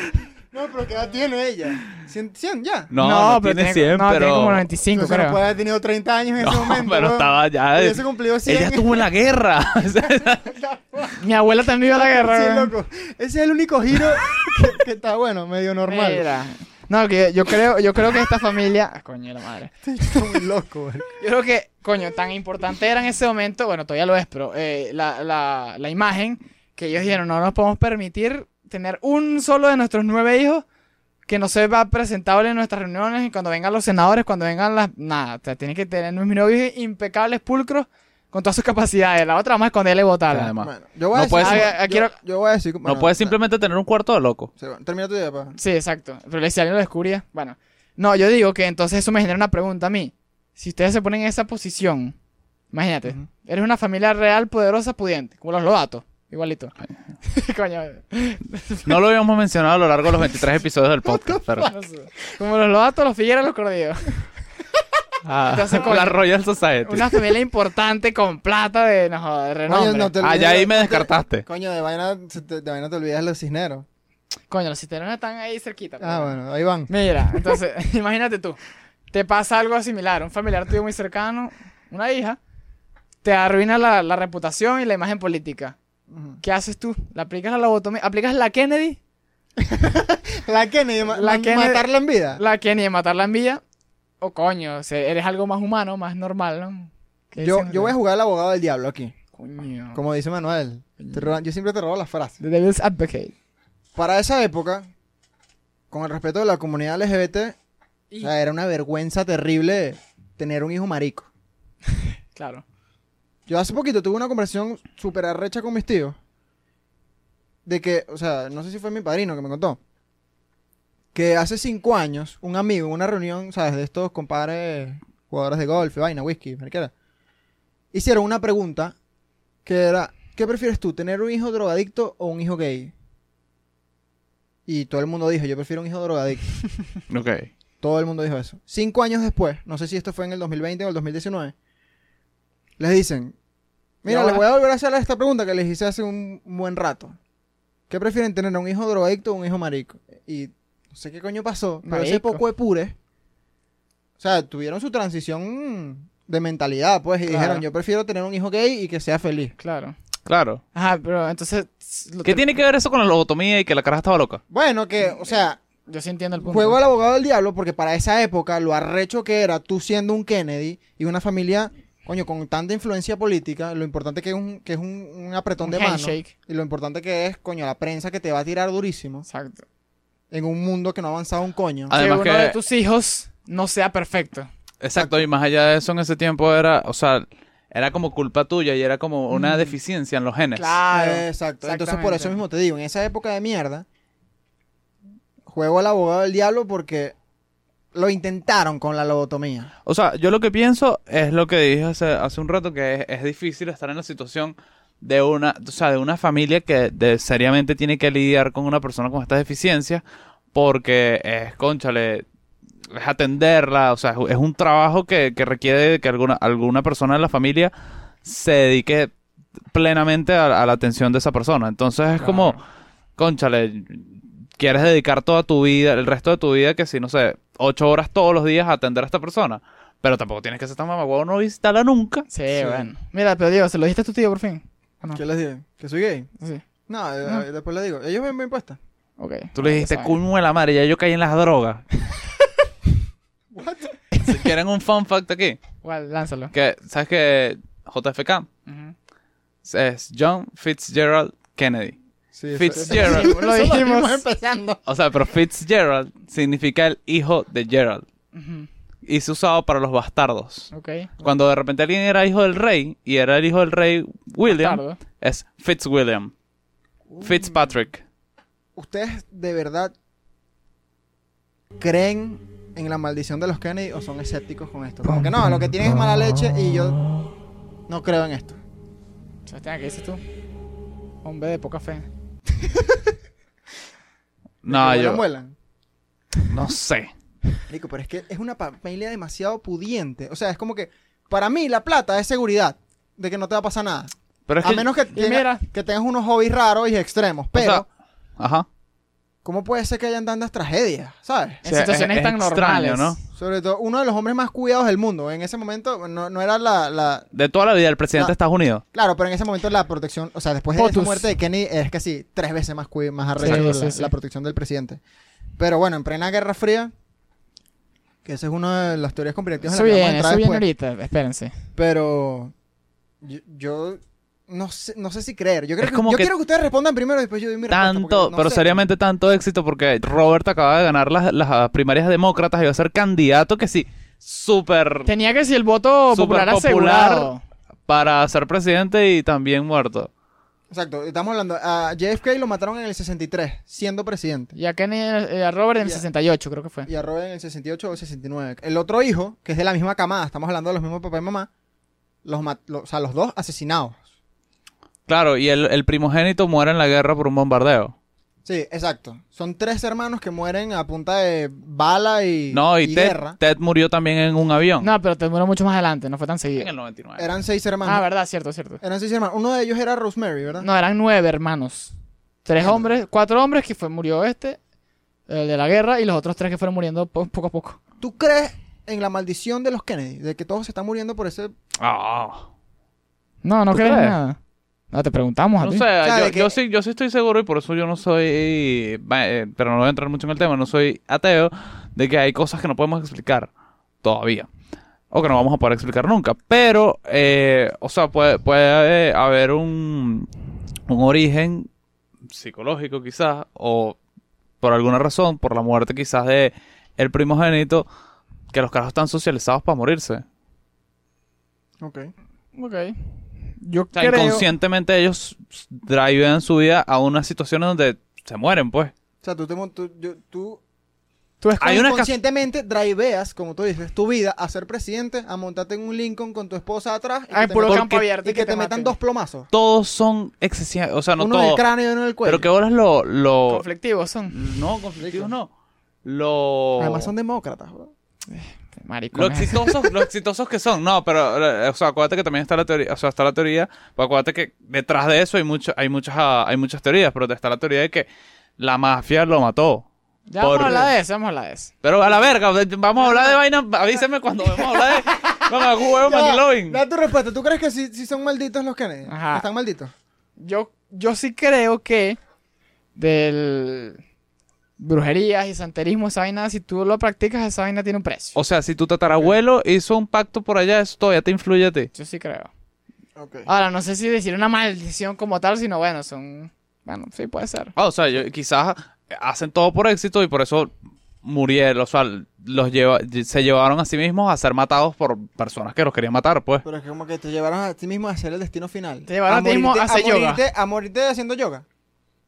Speaker 3: No, pero ¿qué edad tiene ella? ¿100, ya?
Speaker 1: No, no, tiene 100,
Speaker 2: no,
Speaker 1: pero...
Speaker 2: tiene como
Speaker 3: No,
Speaker 2: 95,
Speaker 3: se nos
Speaker 2: creo.
Speaker 3: puede haber tenido 30 años en ese momento.
Speaker 1: pero
Speaker 3: weón.
Speaker 1: estaba ya...
Speaker 3: Hubiese cumplido 100.
Speaker 1: Ella estuvo en la guerra. O sea,
Speaker 2: Mi abuela también iba a la guerra.
Speaker 3: Sí,
Speaker 2: weón.
Speaker 3: loco. Ese es el único giro que, que está bueno, medio normal.
Speaker 2: Mira. No, que yo creo, yo creo que esta familia. Ah, Coño, de la madre.
Speaker 3: Este bicho está muy loco, güey.
Speaker 2: Yo creo que, coño, tan importante era en ese momento, bueno, todavía lo es, pero eh, la, la, la imagen que ellos dijeron, no nos podemos permitir tener un solo de nuestros nueve hijos que no se va presentable en nuestras reuniones, y cuando vengan los senadores, cuando vengan las... Nada, o sea, tienen que tener mis novios impecables, pulcros, con todas sus capacidades. La otra vamos a esconderle y botarla.
Speaker 1: Además,
Speaker 3: Bueno, yo voy a
Speaker 1: No
Speaker 3: decir.
Speaker 1: puedes-
Speaker 2: Ah, ah,
Speaker 3: yo,
Speaker 2: quiero-
Speaker 3: yo voy a decir. bueno,
Speaker 1: no puedes
Speaker 3: espera.
Speaker 1: simplemente tener un cuarto de loco.
Speaker 3: Sí, bueno, Termina tu idea, pa.
Speaker 2: Sí, exacto. Pero le- si alguien lo descubría, bueno. No, yo digo que entonces eso me genera una pregunta a mí. Si ustedes se ponen en esa posición, imagínate,
Speaker 3: Ujú.
Speaker 2: eres una familia real, poderosa, pudiente, como los lobatos, igualito. Coño, eh.
Speaker 1: No lo habíamos mencionado a lo largo de los 23 episodios del podcast, pero...
Speaker 2: no sé. como los lobatos, los figueras, los cordillos.
Speaker 1: Ah,
Speaker 2: Entonces, coño,
Speaker 1: la Royal Society.
Speaker 2: Una familia importante con plata de, no, joda, de renombre.
Speaker 3: Coño, no te
Speaker 1: Ah,
Speaker 3: olvides-
Speaker 1: ya ahí me
Speaker 3: te-
Speaker 1: descartaste.
Speaker 3: Coño, de vaina, se te- de vaina te olvidas los cisneros.
Speaker 2: Coño, los cisternas están ahí cerquita.
Speaker 3: Ah,
Speaker 2: pero-
Speaker 3: bueno, ahí van.
Speaker 2: Mira, entonces, imagínate tú. Te pasa algo similar. Un familiar tuyo muy cercano, una hija, te arruina la, la reputación y la imagen política.
Speaker 3: Ujú.
Speaker 2: ¿Qué haces tú? ¿La aplicas la lobotomía? ¿Aplicas la Kennedy?
Speaker 3: La Kennedy, ma-
Speaker 2: La
Speaker 3: ma-
Speaker 2: Kennedy-
Speaker 3: matarla en vida.
Speaker 2: ¿La Kennedy de matarla en villa? O coño, o sea, eres algo más humano, más normal, ¿no? ¿Qué
Speaker 3: Yo,
Speaker 2: dicen?
Speaker 3: yo voy a jugar al abogado del diablo aquí.
Speaker 2: Coño.
Speaker 3: Como dice Manuel. Te roban- yo siempre te robo las frases.
Speaker 2: The Devil's Advocate.
Speaker 3: Para esa época, con el respeto de la comunidad LGBT, o
Speaker 2: Y-
Speaker 3: sea, era una vergüenza terrible tener un hijo marico.
Speaker 2: Claro.
Speaker 3: Yo hace poquito tuve una conversación súper arrecha con mis tíos. De que, o sea, no sé si fue mi padrino que me contó. Que hace cinco años, un amigo, en una reunión, ¿sabes? De estos compadres jugadores de golf, y vaina, whisky, mariquera. Hicieron una pregunta que era, ¿qué prefieres tú, tener un hijo drogadicto o un hijo gay? Y todo el mundo dijo, yo prefiero un hijo drogadicto.
Speaker 1: Ok.
Speaker 3: Todo el mundo dijo eso. Cinco años después, no sé si esto fue en el 2020 o el 2019, les dicen,
Speaker 2: Y
Speaker 3: mira,
Speaker 2: ahora-
Speaker 3: les voy a volver a hacer esta pregunta que les hice hace un buen rato. ¿Qué prefieren tener, un hijo drogadicto o un hijo marico? Y no sé qué coño pasó, pero ese
Speaker 2: Marico.
Speaker 3: poco de pure, o sea, tuvieron su transición mm, de mentalidad, pues, y
Speaker 2: Claro.
Speaker 3: dijeron, yo prefiero tener un hijo gay y que sea feliz.
Speaker 2: Claro.
Speaker 1: Claro.
Speaker 2: Ajá, pero entonces. lo
Speaker 1: ¿Qué
Speaker 2: ter-
Speaker 1: tiene que ver eso con la lobotomía y que la cara estaba loca?
Speaker 3: Bueno, que, o sea,
Speaker 2: Yo sí entiendo el punto.
Speaker 3: Juego al abogado del diablo porque para esa época lo arrecho que era tú siendo un Kennedy y una familia, coño, con tanta influencia política, lo importante que es un, que es un, un apretón
Speaker 2: Un
Speaker 3: de mano
Speaker 2: handshake.
Speaker 3: y lo importante que es, coño, la prensa que te va a tirar durísimo
Speaker 2: Exacto.
Speaker 3: en un mundo que no ha avanzado un coño.
Speaker 1: Ah, Además
Speaker 2: que uno
Speaker 1: que-
Speaker 2: de tus hijos no sea perfecto.
Speaker 1: Exacto, y más allá de eso, en ese tiempo era, o sea, era como culpa tuya y era como una deficiencia en los genes.
Speaker 2: Claro.
Speaker 3: Eh, Exacto. Entonces por
Speaker 2: exactamente.
Speaker 3: eso mismo te digo, en esa época de mierda, juego al abogado del diablo porque lo intentaron con la lobotomía.
Speaker 1: O sea, yo lo que pienso es lo que dije hace, hace un rato, que es, es difícil estar en la situación de una, o sea, de una familia que de- seriamente tiene que lidiar con una persona con estas deficiencias, porque es, conchale, es atenderla, o sea, es, es un trabajo que, que requiere de que alguna, alguna persona de la familia se dedique plenamente a, a la atención de esa persona. Entonces es como... conchale, quieres dedicar toda tu vida, el resto de tu vida, que si, no sé, ocho horas todos los días a atender a esta persona. Pero tampoco tienes que ser tan mamagüevo, no visitarla nunca.
Speaker 2: Sí,
Speaker 3: Sí.
Speaker 2: bueno. Mira, pero Diego, se lo dijiste a tu tío por fin. ¿O no?
Speaker 3: ¿Qué les dije? ¿Que soy gay?
Speaker 2: Sí.
Speaker 3: No, eh,
Speaker 2: No.
Speaker 3: eh, después les digo. Ellos ven bien puesta.
Speaker 2: Ok.
Speaker 1: Tú le
Speaker 2: Ya
Speaker 1: dijiste,
Speaker 2: saben.
Speaker 1: cuño de la madre, ya yo caí en las drogas. si quieren un fun fact aquí,
Speaker 2: Igual, lánzalo.
Speaker 1: que sabes que JFK
Speaker 2: Ujú.
Speaker 1: es John Fitzgerald Kennedy.
Speaker 3: Sí, eso-
Speaker 1: Fitzgerald.
Speaker 3: eso
Speaker 2: Lo dijimos.
Speaker 3: empezando.
Speaker 1: O sea, pero Fitzgerald significa el hijo de Gerald.
Speaker 2: Ujú.
Speaker 1: Y se usaba para los bastardos.
Speaker 2: Ok.
Speaker 1: Cuando de repente alguien era hijo del rey y era el hijo del rey William,
Speaker 2: Tardo.
Speaker 1: es Fitzwilliam. Fitzpatrick.
Speaker 3: ¿Ustedes de verdad creen en la maldición de los Kennedy o son escépticos con esto? Porque no, lo que tienen es mala leche y yo no creo en esto.
Speaker 2: Sebastián, ¿qué dices tú? Hombre de poca fe.
Speaker 1: No,
Speaker 3: Que vuelan,
Speaker 1: yo
Speaker 3: vuelan.
Speaker 1: no sé.
Speaker 3: Marico, pero es que es una familia demasiado pudiente. O sea, es como que para mí la plata es seguridad de que no te va a pasar nada.
Speaker 1: Pero es
Speaker 3: A
Speaker 1: que-
Speaker 3: menos que, tenga-
Speaker 2: mira.
Speaker 3: que tengas unos hobbies raros y extremos. Pero,
Speaker 1: sea, Ajá.
Speaker 3: ¿cómo puede ser que hayan tantas tragedias? ¿Sabes?
Speaker 2: En
Speaker 1: O sea,
Speaker 2: situaciones
Speaker 1: es- es
Speaker 2: tan
Speaker 1: extraño,
Speaker 2: normales.
Speaker 1: ¿no?
Speaker 3: Sobre todo, uno de los hombres más cuidados del mundo. En ese momento, no, no era la, la-
Speaker 1: De toda la vida del presidente
Speaker 3: No.
Speaker 1: de Estados Unidos.
Speaker 3: Claro, pero en ese momento la protección... O sea, después de la
Speaker 2: Potus.
Speaker 3: muerte de Kennedy, es que sí, tres veces más, cuid- más
Speaker 2: Sí,
Speaker 3: arrecha la,
Speaker 2: sí, sí.
Speaker 3: la protección del presidente. Pero bueno, en plena Guerra Fría, que esa es una de las teorías conspirativas en
Speaker 2: Eso
Speaker 3: la que vamos a
Speaker 2: viene,
Speaker 3: entrar
Speaker 2: eso viene
Speaker 3: después.
Speaker 2: ahorita. Espérense.
Speaker 3: Pero yo, yo no, sé, no sé si creer. Yo creo
Speaker 1: Es
Speaker 3: que,
Speaker 1: como
Speaker 3: yo
Speaker 1: que-
Speaker 3: quiero que ustedes respondan primero y después yo doy mi respuesta, porque
Speaker 1: Tanto,
Speaker 3: no
Speaker 1: pero
Speaker 3: sé.
Speaker 1: seriamente tanto éxito porque Robert acaba de ganar las, las primarias demócratas y va a ser candidato que sí, súper
Speaker 2: Tenía que si el voto
Speaker 1: Súper
Speaker 2: popular,
Speaker 1: popular.
Speaker 2: asegurado.
Speaker 1: para ser presidente y también muerto.
Speaker 3: Exacto, estamos hablando. A JFK lo mataron en el 63, siendo presidente.
Speaker 2: Y a, Kenny, eh, a Robert en el
Speaker 3: Ya.
Speaker 2: 68, creo que fue.
Speaker 3: Y a Robert en el 68 o el 69. El otro hijo, que es de la misma camada, estamos hablando de los mismos papá y mamá, los, mat- lo- o sea, los dos asesinados.
Speaker 1: Claro, y el, el primogénito muere en la guerra por un bombardeo.
Speaker 3: Sí, exacto. Son tres hermanos que mueren a punta de bala y,
Speaker 1: No, y,
Speaker 3: y
Speaker 1: Ted,
Speaker 3: guerra.
Speaker 1: Ted murió también en un avión.
Speaker 2: No, pero te demoró mucho más adelante, no fue tan
Speaker 1: En el
Speaker 2: seguido.
Speaker 1: 99.
Speaker 3: Eran seis hermanos.
Speaker 2: Ah, verdad, cierto, cierto.
Speaker 3: Eran seis hermanos. Uno de ellos era Rosemary, ¿verdad?
Speaker 2: No, eran nueve hermanos. Tres
Speaker 3: Mierda.
Speaker 2: hombres, cuatro hombres que fue, murió este, el de la guerra, y los otros tres que fueron muriendo po- poco a poco.
Speaker 3: ¿Tú crees en la maldición de los Kennedy? De que todos se están muriendo por ese...
Speaker 1: Ah.
Speaker 2: No, no
Speaker 1: ¿Tú
Speaker 2: crees
Speaker 1: crees?
Speaker 2: nada. No, te preguntamos a
Speaker 1: No
Speaker 2: ti.
Speaker 1: sé,
Speaker 3: sea,
Speaker 1: yo,
Speaker 3: de que-
Speaker 1: yo sí, yo sí estoy seguro y por eso yo no soy, va, eh, pero no voy a entrar mucho en el tema, no soy ateo, de que hay cosas que no podemos explicar todavía. O que no vamos a poder explicar nunca. Pero, eh, o sea, puede, puede eh, haber un, un origen psicológico quizás, o por alguna razón, por la muerte quizás de el primogénito, que los carajos están socializados para morirse.
Speaker 3: Ok.
Speaker 2: Ok. Yo
Speaker 1: O sea,
Speaker 2: creo...
Speaker 1: inconscientemente ellos drivean su vida a unas situaciones donde se mueren, pues.
Speaker 3: O sea, tú, te, mon- tú, yo- tú
Speaker 2: Tú es-
Speaker 1: Hay una cas-
Speaker 3: conscientemente driveas, como tú dices, tu vida a ser presidente, a montarte en un Lincoln con tu esposa atrás y,
Speaker 2: Ah,
Speaker 3: que, te
Speaker 2: puro
Speaker 3: metan-
Speaker 2: campo
Speaker 3: y
Speaker 2: abierto y
Speaker 3: que te metan dos plomazos.
Speaker 1: Todos son excesivos, o sea, no
Speaker 3: uno pues. en el
Speaker 1: todos.
Speaker 3: cráneo y uno en el cuello.
Speaker 1: Pero que ahora es lo, lo...
Speaker 2: Conflictivos son.
Speaker 1: No, conflictivos no. Lo...
Speaker 3: Además son demócratas, bro.
Speaker 1: Lo
Speaker 2: Maricones.
Speaker 1: exitosos, lo exitosos que son. No, pero, eh, o sea, acuérdate que también está la teoría, o sea, está la teoría, pero acuérdate que detrás de eso hay, mucho, hay, muchas, ah, hay muchas teorías, pero está la teoría de que la mafia lo mató.
Speaker 2: Ya vamos
Speaker 1: Por-
Speaker 2: a hablar de eso, vamos a hablar de eso.
Speaker 1: Pero a la verga, vamos a hablar de vaina, avísame cuando vamos a hablar de... Vamos a huevo
Speaker 3: Ya va,
Speaker 1: McLovin.
Speaker 3: Da tu respuesta. ¿Tú crees que sí, sí son malditos los Kennedy?
Speaker 2: Ajá.
Speaker 3: ¿Están malditos?
Speaker 2: Yo, yo sí creo que del brujerías y santerismo, esa vaina, si tú lo practicas, esa vaina tiene un precio.
Speaker 1: O sea, si tu tatarabuelo hizo un pacto por allá, eso todavía te influye a ti.
Speaker 2: Yo sí creo.
Speaker 3: Ok.
Speaker 1: Ah.
Speaker 2: Ahora, no sé si decir una maldición como tal, sino bueno, son. Bueno, sí puede ser.
Speaker 1: Ah, o sea, yo- quizás eh, hacen todo por éxito y por eso murieron, o sea, los lleva, se llevaron a sí mismos a ser matados por personas que los querían matar, pues.
Speaker 3: Pero es que como que te llevaron a ti mismo a hacer el destino final.
Speaker 2: Te llevaron a ti mismo
Speaker 3: morirte-
Speaker 2: a hacer yoga.
Speaker 3: morirte- a morirte haciendo yoga.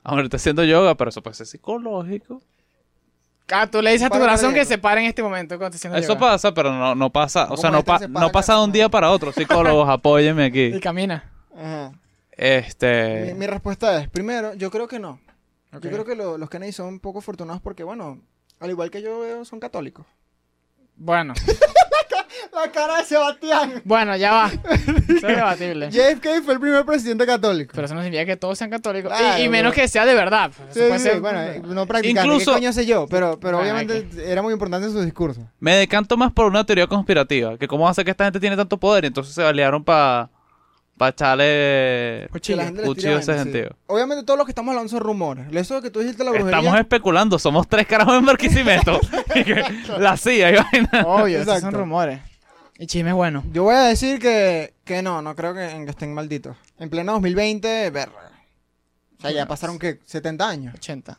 Speaker 1: Ahorita haciendo yoga, pero eso puede ser psicológico.
Speaker 2: Ah, tú le dices a tu
Speaker 3: Para
Speaker 2: corazón
Speaker 3: para
Speaker 2: que
Speaker 3: eso.
Speaker 2: se pare en este momento cuando te sientas
Speaker 1: Eso
Speaker 2: yoga.
Speaker 1: pasa, pero no, no pasa, o
Speaker 3: Como
Speaker 1: sea, no,
Speaker 3: este
Speaker 1: pa-
Speaker 3: se para
Speaker 1: no pasa de un día para otro. Psicólogos, apóyenme
Speaker 2: Y
Speaker 1: aquí.
Speaker 2: camina.
Speaker 3: Ajá. Mi, mi
Speaker 1: Este...
Speaker 3: respuesta es, primero, yo creo que no.
Speaker 2: Ok.
Speaker 3: Yo creo que lo- los Kennedy son un poco afortunados porque, bueno, al igual que yo veo, son católicos.
Speaker 2: Bueno,
Speaker 3: La cara de Sebastián.
Speaker 2: bueno, ya va. Eso es
Speaker 1: Eh.
Speaker 2: debatible.
Speaker 3: JFK fue el primer presidente católico.
Speaker 2: Pero eso no significa que todos sean católicos. Y-
Speaker 3: Claro,
Speaker 2: y, menos
Speaker 3: pero-
Speaker 2: que sea de verdad. pues, Eso
Speaker 3: Ah, Sí,
Speaker 2: puede
Speaker 3: sí,
Speaker 2: ser-
Speaker 3: bueno, eh, no practicante,
Speaker 1: Incluso-
Speaker 3: ¿qué coño sé yo? Pero, pero
Speaker 2: Ah,
Speaker 3: obviamente era muy importante en su discurso.
Speaker 1: Me decanto más por una teoría conspirativa, que cómo hace que esta gente tiene tanto poder y entonces se aliaron para para echarle
Speaker 2: Pues
Speaker 3: Que la gente le tira
Speaker 1: cuchillo a ese
Speaker 3: vaina, sí.
Speaker 1: gentío.
Speaker 3: Obviamente todos los que estamos hablando son rumores. Eso que tú dijiste la brujería.
Speaker 1: Estamos especulando, somos tres carajos en Barquisimeto. Y que la CIA, y vaina.
Speaker 2: Obvio, esos son
Speaker 3: Exacto.
Speaker 2: rumores. Y chismes buenos.
Speaker 3: Yo voy a decir que, que no, no creo que, en que estén malditos. En pleno 2020, verga. O sea, ya
Speaker 2: Bueno,
Speaker 3: pasaron que 70 años.
Speaker 2: 80.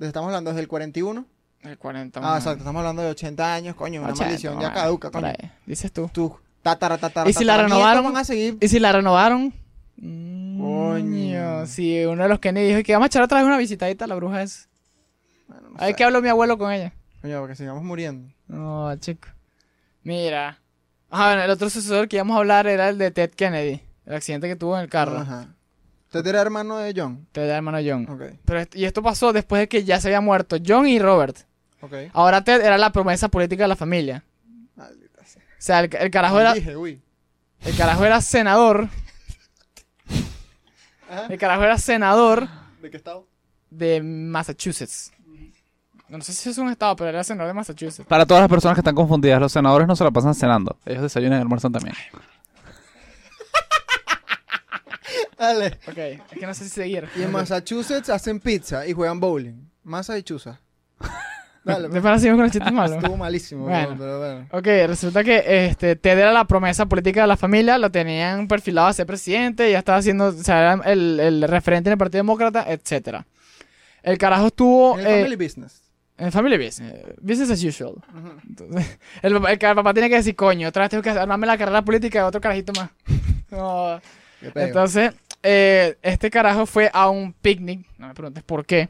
Speaker 3: Estamos hablando desde el 41.
Speaker 2: El 40.
Speaker 3: Ah, exacto, estamos hablando de 80 años, coño, una
Speaker 2: 80,
Speaker 3: maldición ya
Speaker 2: bueno,
Speaker 3: caduca,
Speaker 2: por
Speaker 3: coño.
Speaker 2: ahí. Dices tú.
Speaker 3: Tú, tatara, tatara,
Speaker 2: ¿Y si la
Speaker 3: tatara, nietos
Speaker 2: renovaron?
Speaker 3: van a seguir?
Speaker 2: ¿Y si la renovaron?
Speaker 3: Coño.
Speaker 2: Si uno de los Kennedy dijo que vamos a echar otra vez una visitadita a la bruja es.
Speaker 3: Bueno, no
Speaker 2: A ver
Speaker 3: sé.
Speaker 2: qué habló mi abuelo con ella.
Speaker 3: Coño, porque sigamos muriendo.
Speaker 2: No, chico. Mira. Ah, bueno, el otro sucesor que íbamos a hablar era el de Ted Kennedy. El accidente que tuvo en el carro.
Speaker 3: Ajá. ¿Usted era hermano de John?
Speaker 2: Ted era hermano John.
Speaker 3: Ok,
Speaker 2: Pero est- y esto pasó después de que ya se había muerto John y Robert.
Speaker 3: ok.
Speaker 2: Ahora Ted era la promesa política de la familia.
Speaker 3: Maldita sea.
Speaker 2: O sea, el, el carajo, era,
Speaker 3: Dije, uy.
Speaker 2: el carajo era senador.
Speaker 3: Ajá.
Speaker 2: El carajo era senador
Speaker 3: ¿De qué estado?
Speaker 2: de Massachusetts. No sé si es un estado, pero era senador de Massachusetts.
Speaker 1: Para todas las personas que están confundidas, los senadores no se la pasan cenando. Ellos desayunan y almuerzan también.
Speaker 3: Dale.
Speaker 2: Ok, es que no sé si seguir.
Speaker 3: Y en Massachusetts hacen pizza y juegan bowling. Massachusetts. Dale, pues.
Speaker 2: ¿Te parece con los chistes malos?
Speaker 3: estuvo malísimo,
Speaker 2: Bueno.
Speaker 3: weón, pero bueno.
Speaker 2: Ok, resulta que este, Ted era la promesa política de la familia, lo tenían perfilado a ser presidente, ya estaba siendo, o sea, era el, el referente en el Partido Demócrata, etcétera. El carajo estuvo
Speaker 3: En el
Speaker 2: eh,
Speaker 3: family business.
Speaker 2: en Family Business, eh, business as usual.
Speaker 3: Ujú.
Speaker 2: Entonces, el, papá- el ca- el papá tiene que decir, coño, otra vez tengo que armarme la carrera política de otro carajito más. No.
Speaker 3: Qué pego.
Speaker 2: Entonces, eh, este carajo fue a un picnic, no me preguntes por qué.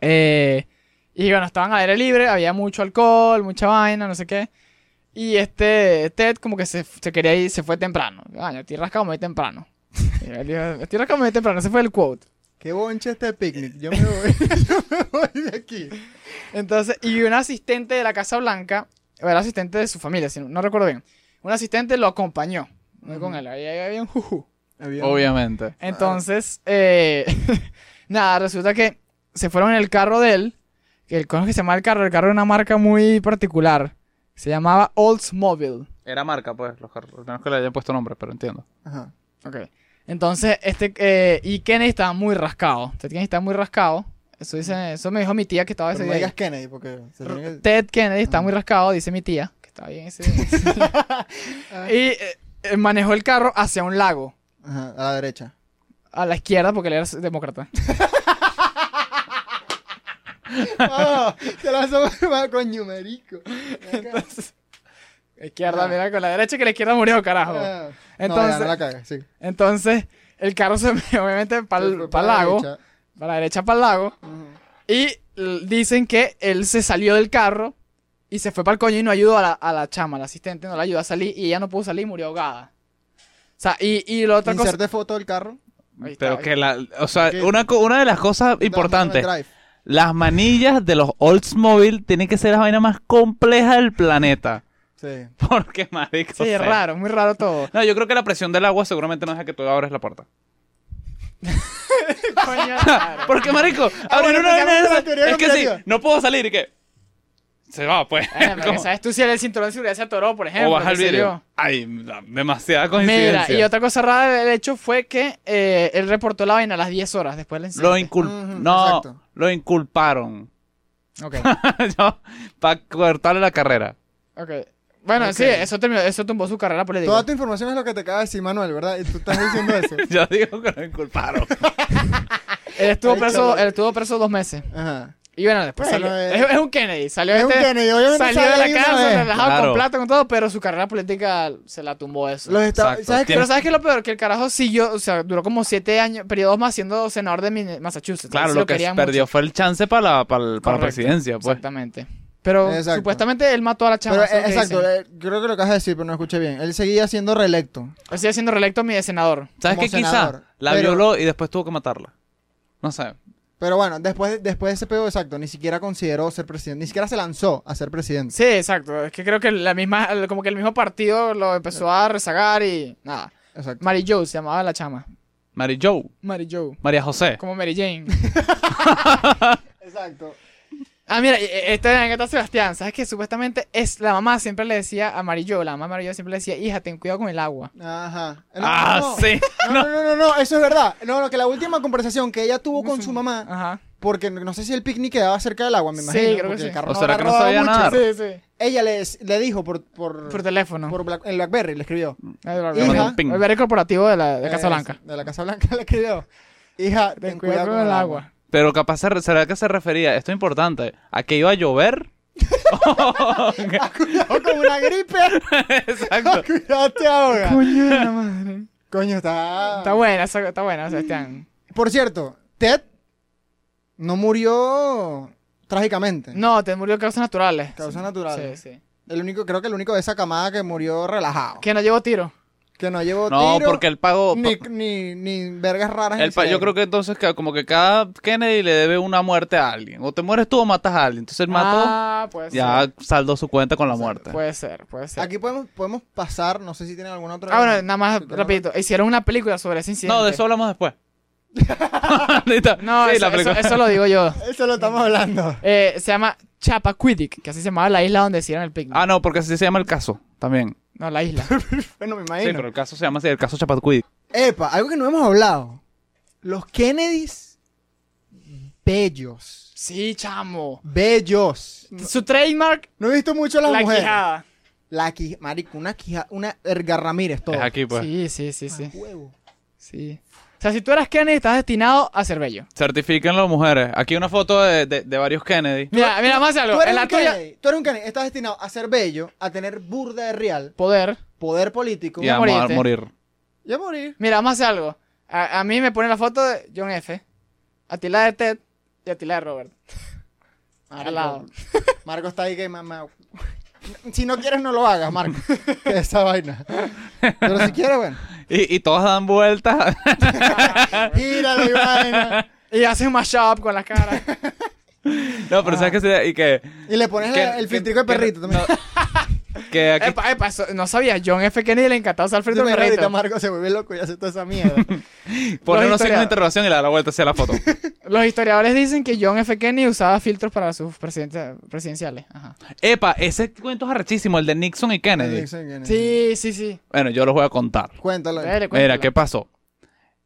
Speaker 2: Eh, y bueno, estaban al aire libre, había mucho alcohol, mucha vaina, no sé qué. Y este Ted como que se, se quería ir, se fue temprano. Año, estoy rascado, me voy temprano. Y él dijo, estoy rascado, me voy temprano, ese fue el quote.
Speaker 3: Qué bonche este picnic. Yo me voy, yo me voy de aquí.
Speaker 2: Entonces, y un asistente de la Casa Blanca, o era asistente de su familia, si no, no recuerdo bien. Un asistente lo acompañó. No con
Speaker 3: Ujú.
Speaker 2: él, ahí había un juju.
Speaker 3: Había-
Speaker 1: Obviamente.
Speaker 2: Entonces, eh, nada, resulta que se fueron en el carro de él. Que el, ¿Cómo es que se llama el carro? El carro era una marca muy particular. Se llamaba Oldsmobile.
Speaker 1: Era marca, pues, los carros. menos que le hayan puesto nombre, pero entiendo.
Speaker 3: Ajá.
Speaker 2: Ok. Entonces, este. eh, y Kennedy estaba muy rascado. Ted Kennedy estaba muy rascado. Eso, dice, eso me dijo mi tía que estaba ese
Speaker 3: Pero no
Speaker 2: día.
Speaker 3: digas
Speaker 2: ahí.
Speaker 3: Kennedy porque se tiene que...
Speaker 2: Ted Kennedy está
Speaker 3: Ajá.
Speaker 2: muy rascado, dice mi tía. Que estaba bien ese y eh, eh, manejó el carro hacia un lago.
Speaker 3: Ajá, a la derecha.
Speaker 2: A la izquierda, porque él era demócrata.
Speaker 3: Ah, se la hacemos coño, marico.
Speaker 2: Entonces, izquierda,
Speaker 3: Ajá.
Speaker 2: mira, con la derecha que la izquierda murió, carajo.
Speaker 3: Ah, no, ya,
Speaker 2: Entonces,
Speaker 3: no la cagas, sí.
Speaker 2: entonces el carro se me- obviamente para
Speaker 3: Se fue
Speaker 2: el
Speaker 3: para la
Speaker 2: lago,
Speaker 3: derecha.
Speaker 2: para la derecha para el lago,
Speaker 3: Ujú.
Speaker 2: y l- dicen que él se salió del carro y se fue para el coño y no ayudó a la, a la chama, la asistente, no la ayudó a salir y ella no pudo salir y murió ahogada. O sea, y, y la otra cosa...
Speaker 3: Inserte foto del carro.
Speaker 2: Ahí está,
Speaker 1: Pero
Speaker 2: ahí
Speaker 1: que la. O sea,
Speaker 3: ¿Qué?
Speaker 1: una, co- una de las cosas importantes.
Speaker 3: Dame el drive.
Speaker 1: Las manillas de los Oldsmobile tienen que ser la vaina más compleja del planeta.
Speaker 3: Sí.
Speaker 1: Porque, marico.
Speaker 2: Sí,
Speaker 1: o
Speaker 2: es
Speaker 1: sea,
Speaker 2: raro, muy raro todo.
Speaker 1: No, yo creo que la presión del agua seguramente no deja que tú abres la puerta.
Speaker 2: Coño, raro.
Speaker 1: Porque, marico, abrir
Speaker 2: Ah,
Speaker 3: bueno,
Speaker 1: una
Speaker 3: empezamos
Speaker 1: vaina de
Speaker 3: con la
Speaker 1: esas-
Speaker 3: teoría
Speaker 1: Es que sí,
Speaker 3: conspirativa.
Speaker 1: no puedo salir y que. Se va, pues.
Speaker 2: Bueno, pero que
Speaker 1: Como-
Speaker 2: ¿Sabes tú si el cinturón de seguridad se atoró, por ejemplo?
Speaker 1: o baja
Speaker 2: qué
Speaker 1: el
Speaker 2: sé yo.
Speaker 1: vidrio. Ay, la- demasiada coincidencia.
Speaker 2: Mira, y otra cosa rara del hecho fue que eh, él reportó la vaina a las 10 horas después del
Speaker 1: Lo
Speaker 2: incidente.
Speaker 1: incul...
Speaker 3: Ujú,
Speaker 1: no,
Speaker 3: exacto.
Speaker 1: lo inculparon.
Speaker 2: Ok,
Speaker 1: Para cortarle la carrera.
Speaker 2: ok. Bueno,
Speaker 3: Ok.
Speaker 2: sí, eso, terminó, eso tumbó su carrera política.
Speaker 3: Toda tu información es lo que te acaba de decir, Manuel, ¿verdad? Y tú estás diciendo eso.
Speaker 1: Yo digo que lo inculparon.
Speaker 2: Él, estuvo
Speaker 3: Ay,
Speaker 2: preso,
Speaker 3: chaval.
Speaker 2: él estuvo preso dos meses.
Speaker 3: Ajá.
Speaker 2: Y bueno, después
Speaker 3: Bueno,
Speaker 2: salió.
Speaker 3: eh,
Speaker 2: es, es un Kennedy. Salió,
Speaker 3: Es un
Speaker 2: este-
Speaker 3: Kennedy, obviamente
Speaker 2: salió
Speaker 3: sale ahí
Speaker 2: de la
Speaker 3: una
Speaker 2: cárcel,
Speaker 3: vez.
Speaker 2: relajado,
Speaker 1: Claro.
Speaker 2: con plata, con todo, pero su carrera política se la tumbó eso.
Speaker 3: Los esta-
Speaker 1: Exacto.
Speaker 3: ¿Sabes qué?
Speaker 2: Pero ¿sabes qué es lo peor? Que el carajo siguió, o sea, duró como siete años, periodos más siendo senador de Min- Massachusetts.
Speaker 1: Claro,
Speaker 2: Sí
Speaker 1: lo que
Speaker 2: querían
Speaker 1: perdió fue el chance para la, para la- para la
Speaker 2: Correcto.
Speaker 1: presidencia,
Speaker 2: mucho.
Speaker 1: pues.
Speaker 2: Exactamente. Pero
Speaker 3: Exacto.
Speaker 2: supuestamente él mató a la chama.
Speaker 3: Pero,
Speaker 2: eso es
Speaker 3: eh,
Speaker 2: lo que
Speaker 3: exacto,
Speaker 2: dicen.
Speaker 3: eh, creo que lo acabas de decir, pero no escuché bien. Él seguía siendo reelecto.
Speaker 2: Él sigue siendo reelecto mi de senador.
Speaker 1: ¿Sabes
Speaker 3: como
Speaker 1: qué? Quizá
Speaker 3: senador.
Speaker 1: la
Speaker 3: Pero-
Speaker 1: violó y después tuvo que matarla. No sé.
Speaker 3: Pero bueno, después, después de ese pedo, exacto, ni siquiera consideró ser presidente, ni siquiera se lanzó a ser presidente.
Speaker 2: Sí, exacto. Es que creo que la misma, el- como que el mismo partido lo empezó a rezagar y nada.
Speaker 3: Exacto.
Speaker 2: Mary Jo se llamaba la chama.
Speaker 1: Mary Joe,
Speaker 2: Mary Jo.
Speaker 1: María José.
Speaker 2: Como Mary Jane.
Speaker 3: Exacto.
Speaker 2: Ah, mira, e- esta anécdota de Sebastián, ¿sabes que Supuestamente es la mamá siempre le decía amarillo, la mamá amarillo siempre le decía, hija, ten cuidado con el agua.
Speaker 3: Ajá. No,
Speaker 1: ah,
Speaker 3: no,
Speaker 1: sí.
Speaker 3: No, no, no, no, no, eso es verdad. No, no, que la última conversación que ella tuvo con
Speaker 2: Ujú.
Speaker 3: su mamá,
Speaker 2: Ajá.
Speaker 3: porque no sé si el picnic quedaba cerca del agua, me
Speaker 2: Sí,
Speaker 3: imagino.
Speaker 2: creo que
Speaker 3: porque
Speaker 2: sí.
Speaker 3: el carro
Speaker 1: ¿O será
Speaker 3: habrá
Speaker 1: que no
Speaker 3: rodado
Speaker 1: sabía
Speaker 3: mucho.
Speaker 1: nadar?
Speaker 2: Sí, sí.
Speaker 3: Ella les- le dijo por, por,
Speaker 2: Por teléfono.
Speaker 3: por Black- en Blackberry, le escribió.
Speaker 2: Ay, bla, bla,
Speaker 3: Hija.
Speaker 2: bla.
Speaker 1: Mandó un ping.
Speaker 2: El barrio corporativo de la de Casa
Speaker 3: Eh,
Speaker 2: Blanca.
Speaker 3: De la Casa Blanca le escribió. Hija, ten cuidado con el agua.
Speaker 1: Pero capaz, se re- ¿será que se refería, esto es importante, a que iba a llover?
Speaker 3: Cuidado con una gripe.
Speaker 1: Exacto.
Speaker 3: Cuidate ahora.
Speaker 2: Coño de la madre.
Speaker 3: Coño, está...
Speaker 2: Está buena, esa- está buena, Sebastián.
Speaker 3: Por cierto, Ted no murió trágicamente.
Speaker 2: No, te murió de causas naturales.
Speaker 3: Causas
Speaker 2: Sí.
Speaker 3: naturales.
Speaker 2: Sí, sí.
Speaker 3: El único, creo que el único de esa camada que murió relajado.
Speaker 2: Que no llevó tiro.
Speaker 3: Que no llevó
Speaker 1: No,
Speaker 3: tiro,
Speaker 1: porque él pagó...
Speaker 3: ni, ni, ni vergas raras. en
Speaker 1: el pa- yo
Speaker 3: cerebro.
Speaker 1: creo que entonces que como que cada Kennedy le debe una muerte a alguien. O te mueres tú o matas a alguien. Entonces él mató,
Speaker 2: Ah, puede ser.
Speaker 1: ya saldó su cuenta con la muerte.
Speaker 2: Puede ser, puede ser.
Speaker 3: Aquí podemos, podemos pasar, no sé si tienen alguna otra.
Speaker 2: Ah, bueno, nada más
Speaker 3: Sí, claro.
Speaker 2: rapidito. Hicieron una película sobre ese incidente.
Speaker 1: No, de eso hablamos después. Ahorita.
Speaker 2: No,
Speaker 1: Sí,
Speaker 2: eso,
Speaker 1: la película.
Speaker 2: eso- eso lo digo yo.
Speaker 3: Eso lo estamos hablando.
Speaker 2: Eh, se llama Chappaquiddick, que así se llamaba la isla donde hicieron el picnic.
Speaker 1: Ah, no, porque así se llama el caso también.
Speaker 2: No, la isla.
Speaker 3: Bueno, me
Speaker 1: Sí,
Speaker 3: imagino.
Speaker 1: pero el caso se llama así, el caso Chapatcuid.
Speaker 3: Epa, algo que no hemos hablado. Los Kennedys. Bellos.
Speaker 2: Sí, chamo.
Speaker 3: Bellos. No,
Speaker 2: Su trademark,
Speaker 3: no he visto mucho a las
Speaker 2: la
Speaker 3: mujeres.
Speaker 2: quijada.
Speaker 3: La quijada. Marico, una quijada. Una Edgar Ramírez, todo.
Speaker 1: Es aquí, pues.
Speaker 2: Sí, sí, sí, sí.
Speaker 3: Ah, huevo.
Speaker 2: Sí. O sea, si tú eras Kennedy, estás destinado a ser bello.
Speaker 1: Certifíquenlo, mujeres. Aquí una foto de, de- de varios Kennedy.
Speaker 2: Mira, mira, más algo.
Speaker 3: Tú eres,
Speaker 2: En la
Speaker 3: un
Speaker 2: tuya,
Speaker 3: Kennedy, tú eres un Kennedy. Estás destinado a ser bello, a tener burda de real,
Speaker 2: poder.
Speaker 3: poder político
Speaker 1: Y a mo- a
Speaker 2: morirte.
Speaker 1: morir.
Speaker 3: y a morir.
Speaker 2: Mira, vamos a hacer algo. A, a mí me ponen la foto de John F. A ti la de Ted y a ti la de Robert. Al lado.
Speaker 3: Marco está ahí que mamá. Si no quieres, no lo hagas, Marco. Esa vaina. Pero si quieres, bueno.
Speaker 1: Y, y todas dan vueltas.
Speaker 3: Gíralo y vaina.
Speaker 2: Y hacen un mashup con las caras.
Speaker 1: no, pero ¿sabes qué? sería? Y que...
Speaker 3: Y le pones la-
Speaker 1: que- que-
Speaker 3: el filtrico de
Speaker 1: que-
Speaker 3: perrito también.
Speaker 1: no, que aquí...
Speaker 2: epa, epa, eso- no sabía. John F. Kennedy le encantaba usar frito
Speaker 3: Yo me
Speaker 2: perrito.
Speaker 3: ahorita Marco se vuelve loco y hace toda esa mierda.
Speaker 1: Poner
Speaker 2: los
Speaker 1: unos signos de
Speaker 2: historiadores.
Speaker 1: interrogación y le da la vuelta hacia la foto.
Speaker 2: Los historiadores dicen que John F. Kennedy usaba filtros para sus presidencia- presidenciales. Ajá.
Speaker 1: Epa, ese cuento es arrechísimo, el de Nixon y Kennedy.
Speaker 2: Sí, sí, sí.
Speaker 1: Bueno, yo los voy a contar.
Speaker 3: Cuéntalo.
Speaker 2: Dale,
Speaker 1: Mira,
Speaker 2: cuéntala.
Speaker 1: ¿qué pasó?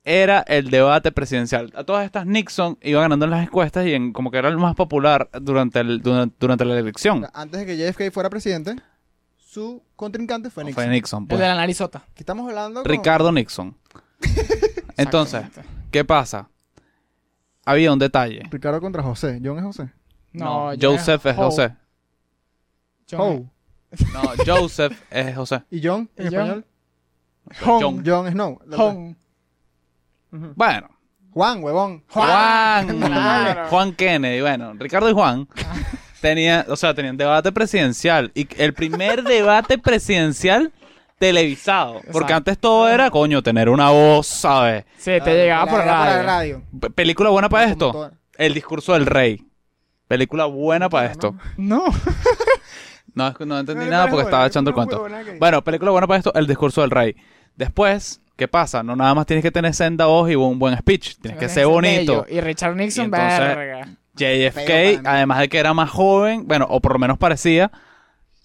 Speaker 1: Era el debate presidencial. A todas estas Nixon iba ganando en las encuestas y en, como que era el más popular durante, el, durante, durante la elección.
Speaker 3: Antes de que JFK fuera presidente, su contrincante fue Nixon.
Speaker 1: Fue Nixon,
Speaker 2: El
Speaker 1: pues.
Speaker 2: de la narizota.
Speaker 3: Aquí estamos hablando con-
Speaker 1: Ricardo Nixon. Entonces,
Speaker 2: Exactamente.
Speaker 1: ¿qué pasa? Había un detalle.
Speaker 3: Ricardo contra José. John es José.
Speaker 2: No, John
Speaker 1: Joseph es
Speaker 2: Ho.
Speaker 1: José.
Speaker 2: John-
Speaker 3: Ho.
Speaker 1: No, Joseph es José.
Speaker 3: ¿Y John en
Speaker 2: ¿Y John?
Speaker 3: español?
Speaker 1: John.
Speaker 3: John Snow.
Speaker 2: Hong.
Speaker 1: Bueno.
Speaker 3: Juan, huevón.
Speaker 1: Juan.
Speaker 2: Claro.
Speaker 1: Juan Kennedy. Bueno, Ricardo y Juan tenían, o sea, tenían debate presidencial. Y el primer debate presidencial televisado. Porque
Speaker 2: Exacto.
Speaker 1: antes todo era, coño, tener una voz, ¿sabes?
Speaker 2: Sí, te llegaba
Speaker 3: La-
Speaker 2: por
Speaker 3: la- la-
Speaker 2: radio.
Speaker 3: la radio.
Speaker 1: P- película buena para
Speaker 3: No, como
Speaker 1: pues, esto.
Speaker 3: toda.
Speaker 1: El discurso del rey. Película buena para
Speaker 3: No,
Speaker 1: esto.
Speaker 2: No.
Speaker 1: No, es que no entendí
Speaker 3: No,
Speaker 1: nada
Speaker 3: no,
Speaker 1: porque
Speaker 3: no,
Speaker 1: estaba
Speaker 3: no,
Speaker 1: echando el
Speaker 3: no,
Speaker 1: cuento.
Speaker 3: huevona que-
Speaker 1: Bueno, película buena para esto, El discurso del rey. Después, ¿qué pasa? No nada más tienes que tener senda voz y un buen speech. Tienes que ser bonito.
Speaker 2: Bello. Y Richard
Speaker 1: Y
Speaker 2: Nixon,
Speaker 1: entonces-
Speaker 2: verga.
Speaker 3: Pero para
Speaker 1: JFK,
Speaker 3: mí-
Speaker 1: además de que era más joven, bueno, o por lo menos parecía,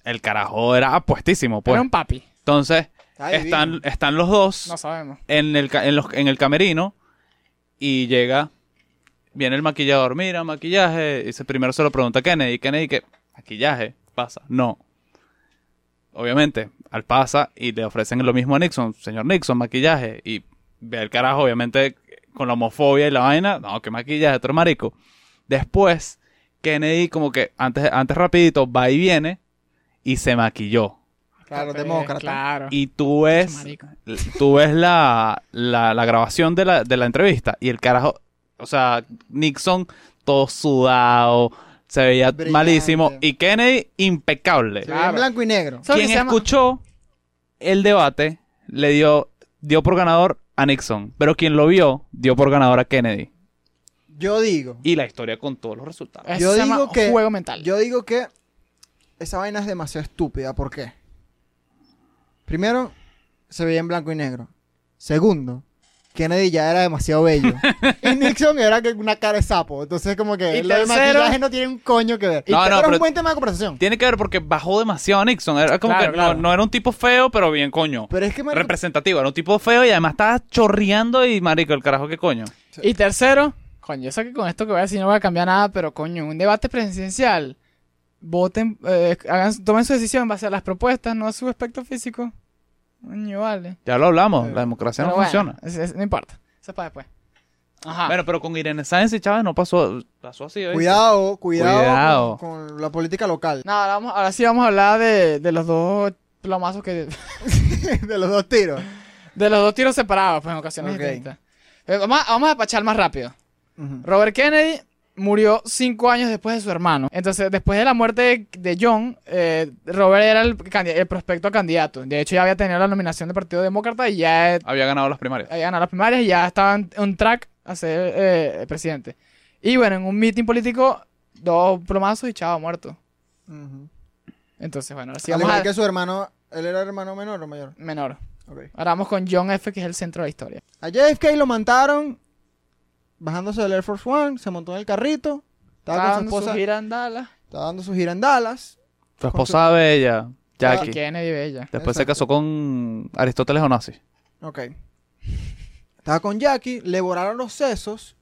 Speaker 1: el carajo era apuestísimo, pues.
Speaker 2: Era un papi.
Speaker 1: Entonces,
Speaker 3: Ay,
Speaker 1: están,
Speaker 3: divino.
Speaker 1: están los dos
Speaker 2: No sabemos.
Speaker 1: en, el, ca- en, los- en el camerino y llega, viene el maquillador, mira, maquillaje, y se, primero se lo pregunta a Kennedy, Kennedy que, maquillaje, pasa, no. Obviamente, al pasa y le ofrecen lo mismo a Nixon, señor Nixon, maquillaje, y ve el carajo, obviamente, con la homofobia y la vaina, no, que maquillaje, otro marico. Después, Kennedy como que, antes, antes rapidito, va y viene, y se maquilló.
Speaker 3: Claro,
Speaker 2: Eh,
Speaker 3: demócrata.
Speaker 2: Claro.
Speaker 1: Y tú ves,
Speaker 2: marico.
Speaker 1: tú ves la, la, la grabación de la, de la entrevista y el carajo, o sea, Nixon todo sudado, se veía
Speaker 3: Brillante.
Speaker 1: malísimo y Kennedy impecable.
Speaker 3: Se veía en
Speaker 2: Claro.
Speaker 3: blanco y negro.
Speaker 2: ¿Sabes lo que
Speaker 1: Quien
Speaker 2: se llama?
Speaker 1: escuchó el debate le dio, dio por ganador a Nixon, pero quien lo vio dio por ganador a Kennedy.
Speaker 3: Yo digo.
Speaker 1: Y la historia con todos los resultados.
Speaker 2: Eso
Speaker 3: Yo
Speaker 2: se llama
Speaker 3: digo que-
Speaker 2: Juego mental.
Speaker 3: Yo digo que esa vaina es demasiado estúpida. ¿Por qué? Primero, se veía en blanco y negro. Segundo, Kennedy ya era demasiado bello. y Nixon era que una cara de sapo. Entonces, como que
Speaker 2: Y
Speaker 3: lo de
Speaker 2: tercero-
Speaker 3: maquillaje no tiene un coño que ver.
Speaker 1: No, no,
Speaker 3: pero es
Speaker 1: pero-
Speaker 3: un buen tema de conversación.
Speaker 1: Tiene que ver porque bajó demasiado a Nixon. Era como
Speaker 2: Claro,
Speaker 1: que
Speaker 2: claro.
Speaker 1: No, no era un tipo feo, pero bien coño.
Speaker 3: Pero es que, marico,
Speaker 1: Representativo, era un tipo feo y además estaba chorreando y marico, el carajo, ¿qué coño?
Speaker 2: Y tercero, coño, yo sé que con esto que voy a decir no va a cambiar nada, pero coño, un debate presidencial. Voten, eh, hagan, tomen su decisión en base a las propuestas, no a su aspecto físico. Coño, vale.
Speaker 1: Ya lo hablamos, la democracia
Speaker 2: Pero
Speaker 1: no
Speaker 2: bueno,
Speaker 1: funciona.
Speaker 2: es- es- no importa. Eso es para después. Ajá.
Speaker 1: Bueno, pero con Irene Sáenz y Chávez no pasó, Ah. pasó así. ¿oíste?
Speaker 3: cuidado, cuidado,
Speaker 1: Cuidado.
Speaker 3: Con, con la política local.
Speaker 2: Nada, ahora, vamos- ahora sí vamos a hablar de, de los dos plomazos que.
Speaker 3: de los dos tiros.
Speaker 2: De los dos tiros separados, pues en ocasiones
Speaker 3: Ok.
Speaker 2: distintas. Eh, vamos, a, vamos a despachar más rápido.
Speaker 3: Ujú.
Speaker 2: Robert Kennedy murió cinco años después de su hermano. Entonces, después de la muerte de, de John, eh, Robert era el, candi- el prospecto a candidato. De hecho, ya había tenido la nominación del Partido Demócrata y ya eh,
Speaker 1: Había ganado las primarias.
Speaker 2: había ganado las primarias y ya estaba en un track a ser eh, presidente. Y bueno, en un meeting político, dos plomazos y chavo muerto.
Speaker 3: Ujú.
Speaker 2: Entonces, bueno, ahora sí
Speaker 3: Al
Speaker 2: vamos
Speaker 3: igual
Speaker 2: a...
Speaker 3: que su hermano, él era hermano menor o mayor.
Speaker 2: Menor.
Speaker 3: Ok.
Speaker 2: Ahora vamos con John F., que es el centro de la historia.
Speaker 3: A JFK lo mataron bajándose del Air Force One, se montó en el carrito, estaba
Speaker 2: Estaba
Speaker 3: con su
Speaker 2: dando
Speaker 3: esposa,
Speaker 2: su gira en Dallas.
Speaker 3: estaba dando su gira en Dallas.
Speaker 1: Tu esposa bella, Jackie.
Speaker 2: Kennedy Bella.
Speaker 1: Después se
Speaker 3: Exacto.
Speaker 1: casó con Aristóteles Onassis.
Speaker 3: Ok. Estaba con Jackie, le borraron los sesos.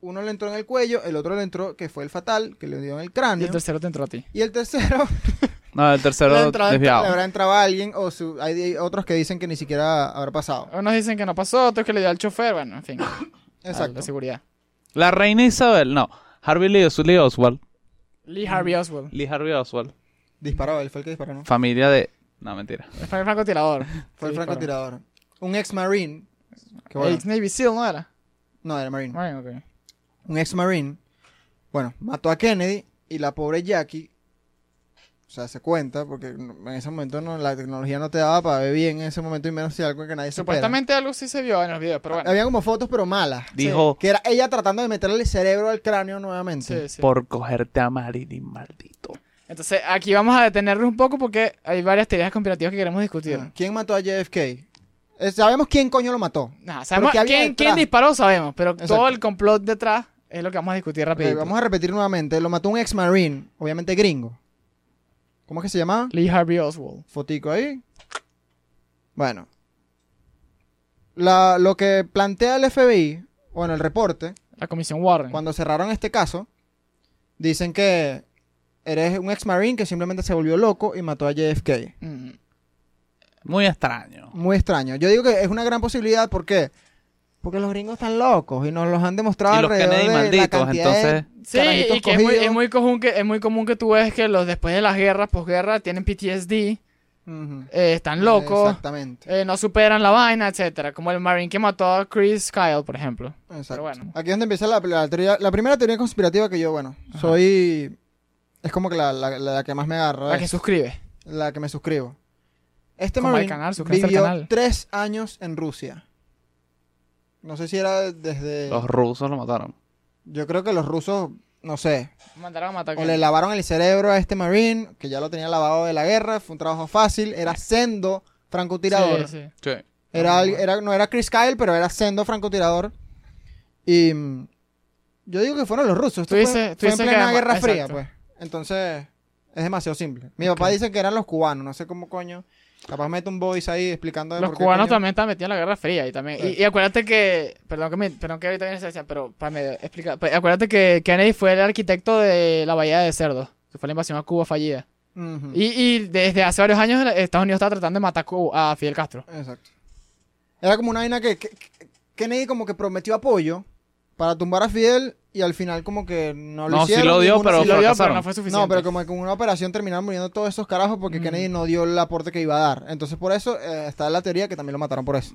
Speaker 3: Uno le entró en el cuello, el otro le entró, que fue el fatal, que le dio en el
Speaker 2: Y
Speaker 3: cráneo.
Speaker 2: el tercero te entró a ti.
Speaker 3: Y el tercero,
Speaker 1: No, el
Speaker 3: le,
Speaker 1: tercero
Speaker 3: entraba- le
Speaker 1: desviado.
Speaker 3: habrá entrado a alguien, o su- hay otros que dicen que ni siquiera habrá pasado.
Speaker 2: Unos dicen que no pasó, otros que le dio al chofer, bueno, en fin. Exacto.
Speaker 3: Exacto.
Speaker 2: seguridad.
Speaker 1: La reina Isabel, no. Harvey Lee, Os- Lee Oswald.
Speaker 2: Lee
Speaker 3: Mm.
Speaker 2: Harvey Oswald.
Speaker 1: Lee Harvey Oswald.
Speaker 3: Disparó, él fue el que disparó, ¿no?
Speaker 1: Familia de... No, mentira.
Speaker 2: Fue el francotirador.
Speaker 3: Fue el
Speaker 2: Sí,
Speaker 3: francotirador. Un ex Marine. que
Speaker 2: El
Speaker 3: bueno,
Speaker 2: ex Navy SEAL, ¿no era?
Speaker 3: no, era Marine.
Speaker 2: Bueno, ok.
Speaker 3: un ex marine, bueno, mató a Kennedy y la pobre Jackie, o sea, se cuenta, porque en ese momento no, la tecnología no te daba para ver bien en ese momento y menos si algo que nadie supiera.
Speaker 2: Supuestamente algo sí se vio en los videos, pero bueno.
Speaker 3: Había como fotos, pero malas.
Speaker 1: Dijo,
Speaker 3: Que era ella tratando de meterle el cerebro al cráneo nuevamente.
Speaker 2: Sí, sí.
Speaker 1: por cogerte a Marilyn, maldito.
Speaker 2: Entonces, aquí vamos a detenernos un poco porque hay varias teorías conspirativas que queremos discutir.
Speaker 3: Ah, ¿Quién mató a JFK? Eh, sabemos quién coño lo mató.
Speaker 2: Ajá, sabemos
Speaker 3: ¿qué había
Speaker 2: quién,
Speaker 3: detrás?
Speaker 2: quién disparó, sabemos, pero
Speaker 3: Exacto.
Speaker 2: todo el complot detrás es lo que vamos a discutir
Speaker 3: Ok,
Speaker 2: rápido.
Speaker 3: vamos a repetir nuevamente. Lo mató un ex marine, obviamente gringo. ¿Cómo es que se llamaba?
Speaker 2: Lee Harvey Oswald.
Speaker 3: fotico ahí. Bueno. La- lo que plantea el FBI, o en el reporte,
Speaker 2: La comisión Warren.
Speaker 3: cuando cerraron este caso, dicen que eres un ex marine que simplemente se volvió loco y mató a JFK.
Speaker 2: Mm.
Speaker 1: Muy extraño.
Speaker 3: Muy extraño. Yo digo que es una gran posibilidad, ¿por qué? Porque los gringos están locos y nos los han demostrado
Speaker 1: Y los
Speaker 3: alrededor
Speaker 1: Kennedy
Speaker 3: de la
Speaker 1: malditos,
Speaker 3: cantidad de
Speaker 1: entonces...
Speaker 2: Sí, y
Speaker 3: carajitos
Speaker 2: que es muy,
Speaker 3: cogidos.
Speaker 2: es muy común que, es muy común que tú ves que los después de las guerras, posguerra, tienen PTSD,
Speaker 3: Ujú.
Speaker 2: eh, están locos,
Speaker 3: Exactamente.
Speaker 2: eh, no superan la vaina, etcétera. Como el Marine que mató a Chris Kyle, por ejemplo.
Speaker 3: Exacto.
Speaker 2: bueno.
Speaker 3: Aquí es donde empieza la, la teoría- la primera teoría conspirativa que yo, bueno,
Speaker 2: Ajá.
Speaker 3: soy... Es como que la, la- la que más me agarra.
Speaker 2: La que suscribe.
Speaker 3: la que me suscribo. Este
Speaker 2: Como al
Speaker 3: Marine
Speaker 2: canal, suscríbete al
Speaker 3: vivió
Speaker 2: canal.
Speaker 3: tres años en Rusia. No sé si era desde...
Speaker 1: Los rusos lo mataron.
Speaker 3: Yo creo que los rusos, no sé,
Speaker 2: Mandaron a matar a
Speaker 3: o
Speaker 2: Chris.
Speaker 3: le lavaron el cerebro a este Marine, que ya lo tenía lavado de la guerra, fue un trabajo fácil, era sendo francotirador.
Speaker 2: Sí, sí.
Speaker 1: Sí.
Speaker 2: Ah,
Speaker 3: Era, al- era- no era Chris Kyle, pero era sendo francotirador. Y mm, yo digo que fueron los rusos. Esto
Speaker 2: Tú
Speaker 3: fue,
Speaker 2: dices- tú
Speaker 3: fue en
Speaker 2: dices que
Speaker 3: plena
Speaker 2: era-
Speaker 3: guerra fría,
Speaker 2: exacto.
Speaker 3: pues. Entonces, es demasiado simple. Mi
Speaker 2: Ok.
Speaker 3: papá dice que eran los cubanos, no sé cómo coño. Capaz meto un voice ahí explicando de
Speaker 2: Los
Speaker 3: por qué
Speaker 2: cubanos
Speaker 3: coño.
Speaker 2: también están metidos en la Guerra Fría y también.
Speaker 3: Sí.
Speaker 2: Y, y acuérdate que. Perdón que, me- perdón que ahorita viene esa escena, pero para medio explicar. pues, acuérdate que Kennedy fue el arquitecto de la Bahía de Cerdos, que fue la invasión a Cuba fallida.
Speaker 3: Ujú.
Speaker 2: Y, y desde hace varios años eh, Estados Unidos estaba tratando de matar a, Cuba- a Fidel Castro.
Speaker 3: Exacto. Era como una vaina que, que- que Kennedy como que prometió apoyo para tumbar a Fidel y al final como que no lo
Speaker 1: No, sí
Speaker 3: hicieron.
Speaker 1: lo dio,
Speaker 3: ninguno
Speaker 1: pero
Speaker 3: sí lo
Speaker 2: lo
Speaker 3: dio.
Speaker 2: dio, pero
Speaker 1: fracasaron.
Speaker 2: no fue suficiente.
Speaker 3: No, pero como que con una operación terminaron muriendo todos esos carajos porque
Speaker 2: Mm.
Speaker 3: Kennedy no dio el aporte que iba a dar. Entonces, por eso eh, está la teoría que también lo mataron por eso.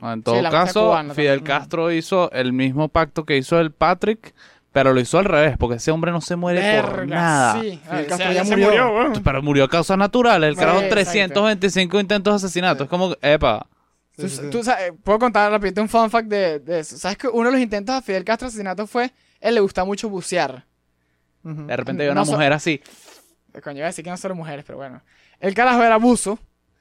Speaker 1: No, Ah, en
Speaker 2: Sí, la
Speaker 1: todo
Speaker 2: mafia
Speaker 1: caso,
Speaker 2: cubana
Speaker 1: Fidel
Speaker 3: también.
Speaker 1: Castro hizo el mismo pacto que hizo el Patrick, pero lo hizo al revés, porque ese hombre no se muere por
Speaker 2: Verga,
Speaker 1: nada.
Speaker 2: Sí.
Speaker 3: Fidel
Speaker 2: Ah,
Speaker 3: Castro
Speaker 2: o sea,
Speaker 3: ya
Speaker 2: se
Speaker 3: murió.
Speaker 2: weón.
Speaker 1: Pero murió a causas naturales. El
Speaker 2: Sí,
Speaker 1: carajo
Speaker 2: exacto.
Speaker 1: 325 intentos de asesinato.
Speaker 3: Sí.
Speaker 1: Es como, que, epa.
Speaker 3: Sí,
Speaker 2: Tú-
Speaker 3: sí, sí.
Speaker 2: tú sabes- puedo contar rapidito un fun fact de, de eso. ¿Sabes que uno de los intentos a Fidel Castro asesinato fue, él le gusta mucho bucear? Eh,
Speaker 3: Ujú.
Speaker 1: De repente vio
Speaker 2: No
Speaker 1: una
Speaker 2: so-
Speaker 1: mujer así.
Speaker 2: Coño, iba a decir que no solo mujeres, pero bueno. El carajo era buzo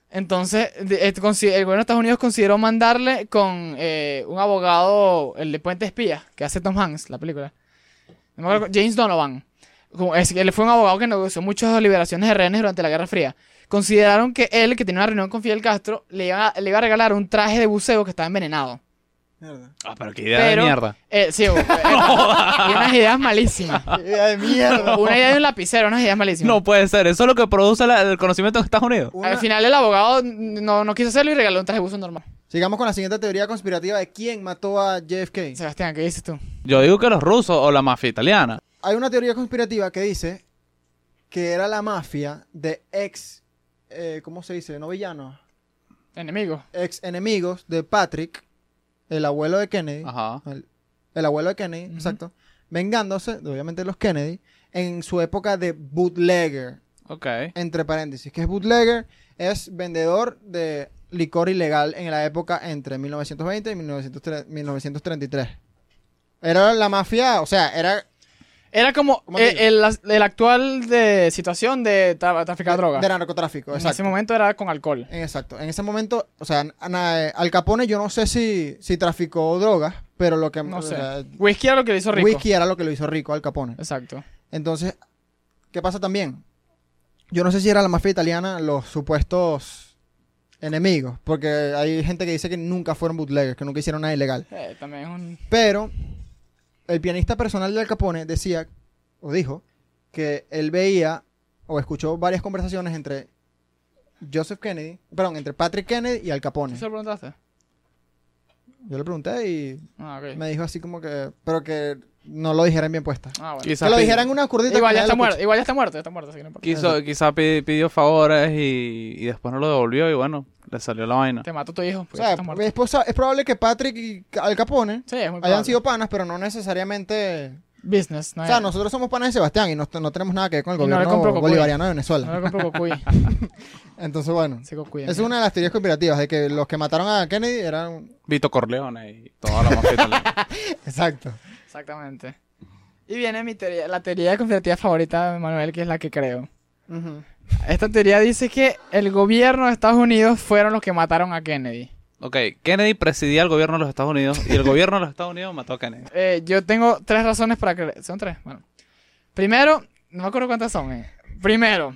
Speaker 2: Entonces, de- eh, consi- el gobierno de Estados Unidos consideró mandarle con eh, un abogado, el de Puente Espía, que hace Tom Hanks, la película. No me acuerdo, James Donovan. Como es- él fue un abogado que negoció muchas liberaciones de rehenes durante la Guerra Fría. Consideraron que él, que tenía una reunión con Fidel Castro, le iba, a- le iba a regalar un traje de buceo que estaba envenenado.
Speaker 3: Mierda.
Speaker 1: Ah, pero qué idea
Speaker 2: Pero-
Speaker 1: de mierda.
Speaker 2: Eh, sí, hubo- eh, unas ideas malísimas.
Speaker 3: Idea de mierda.
Speaker 2: Una idea de un lapicero, unas ideas malísimas.
Speaker 1: No puede ser, eso es lo que produce la- el conocimiento en Estados Unidos.
Speaker 3: Una-
Speaker 2: Al final el abogado no, no quiso hacerlo y regaló un traje de buzo normal.
Speaker 3: Sigamos con la siguiente teoría conspirativa de quién mató a JFK.
Speaker 2: Sebastián, ¿qué dices tú?
Speaker 1: Yo digo que los rusos o la mafia italiana.
Speaker 3: Hay una teoría conspirativa que dice que era la mafia de ex, eh, ¿cómo se dice? No villanos,
Speaker 2: Enemigo.
Speaker 3: ex enemigos de Patrick, el abuelo de Kennedy.
Speaker 1: Ajá.
Speaker 3: El, el abuelo de Kennedy,
Speaker 2: Ujú.
Speaker 3: exacto. Vengándose, de, obviamente, los Kennedy, en su época de bootlegger,
Speaker 1: Ok.
Speaker 3: entre paréntesis. que es bootlegger? Es vendedor de licor ilegal en la época entre 1920 y 1903 1933. Era la mafia, o sea, era
Speaker 2: Era como
Speaker 3: ¿Cómo
Speaker 2: eh,
Speaker 3: te
Speaker 2: el, el actual de situación de tra- traficar droga.
Speaker 3: de narcotráfico,
Speaker 2: en ese
Speaker 3: exacto.
Speaker 2: momento era con alcohol.
Speaker 3: En Exacto. En ese momento, o sea, na- eh, Al Capone yo no sé si, si traficó drogas, pero lo que...
Speaker 2: No
Speaker 3: Em, o
Speaker 2: sé.
Speaker 3: sea,
Speaker 2: Whisky era lo que le hizo rico.
Speaker 3: whisky era lo que lo hizo rico Al Capone.
Speaker 2: Exacto.
Speaker 3: Entonces, ¿qué pasa también? Yo no sé si era la mafia italiana los supuestos enemigos, porque hay gente que dice que nunca fueron bootleggers, que nunca hicieron nada ilegal.
Speaker 2: Eh, también es un...
Speaker 3: Pero el pianista personal de Al Capone decía, o dijo, que él veía o escuchó varias conversaciones entre Joseph Kennedy, perdón, entre Patrick Kennedy y Al Capone.
Speaker 2: ¿Tú se lo preguntaste?
Speaker 3: Yo le pregunté y
Speaker 2: Ah, ok.
Speaker 3: me dijo así como que, pero que no lo dijeran bien puesta.
Speaker 2: Ah, bueno.
Speaker 1: Quizás
Speaker 3: Que lo
Speaker 1: pi-
Speaker 3: dijeran una curdita.
Speaker 2: Igual
Speaker 3: que
Speaker 2: ya,
Speaker 3: nadie
Speaker 2: está
Speaker 3: lo
Speaker 2: muerto, igual ya está muerto, ya está muerto, así que no importa.
Speaker 1: Quiso, quizá pi- pidió favores y, y después no lo devolvió y bueno, le salió la vaina.
Speaker 2: Te mató tu hijo, pues
Speaker 3: O sea,
Speaker 2: ya está muerto.
Speaker 3: es, posa- es probable que Patrick y Al Capone
Speaker 2: Sí, es muy
Speaker 3: hayan
Speaker 2: probable.
Speaker 3: sido panas, pero no necesariamente.
Speaker 2: business, no
Speaker 3: O
Speaker 2: es-
Speaker 3: sea, nosotros somos panas de Sebastián y no, no tenemos nada que ver con el
Speaker 2: Y no le
Speaker 3: gobierno
Speaker 2: compro cocuy.
Speaker 3: bolivariano de
Speaker 2: No
Speaker 3: Venezuela.
Speaker 2: lo compro Cocuy.
Speaker 3: Entonces, bueno,
Speaker 2: Sí, Cocuy.
Speaker 3: esa es
Speaker 2: mira.
Speaker 3: una de las teorías conspirativas de que los que mataron a Kennedy eran.
Speaker 1: Vito Corleone y toda la mafia italiana.
Speaker 3: Exacto.
Speaker 2: Exactamente. Y viene mi teoría, la teoría conspirativa favorita de Manuel, que es la que creo. Esta teoría dice que el gobierno de Estados Unidos fueron los que mataron a Kennedy.
Speaker 1: Ok, Kennedy presidía el gobierno de los Estados Unidos y el gobierno de los Estados Unidos mató a Kennedy.
Speaker 2: Eh, yo tengo tres razones para creer. Son tres. Bueno. Primero, no me acuerdo cuántas son. eh. Primero,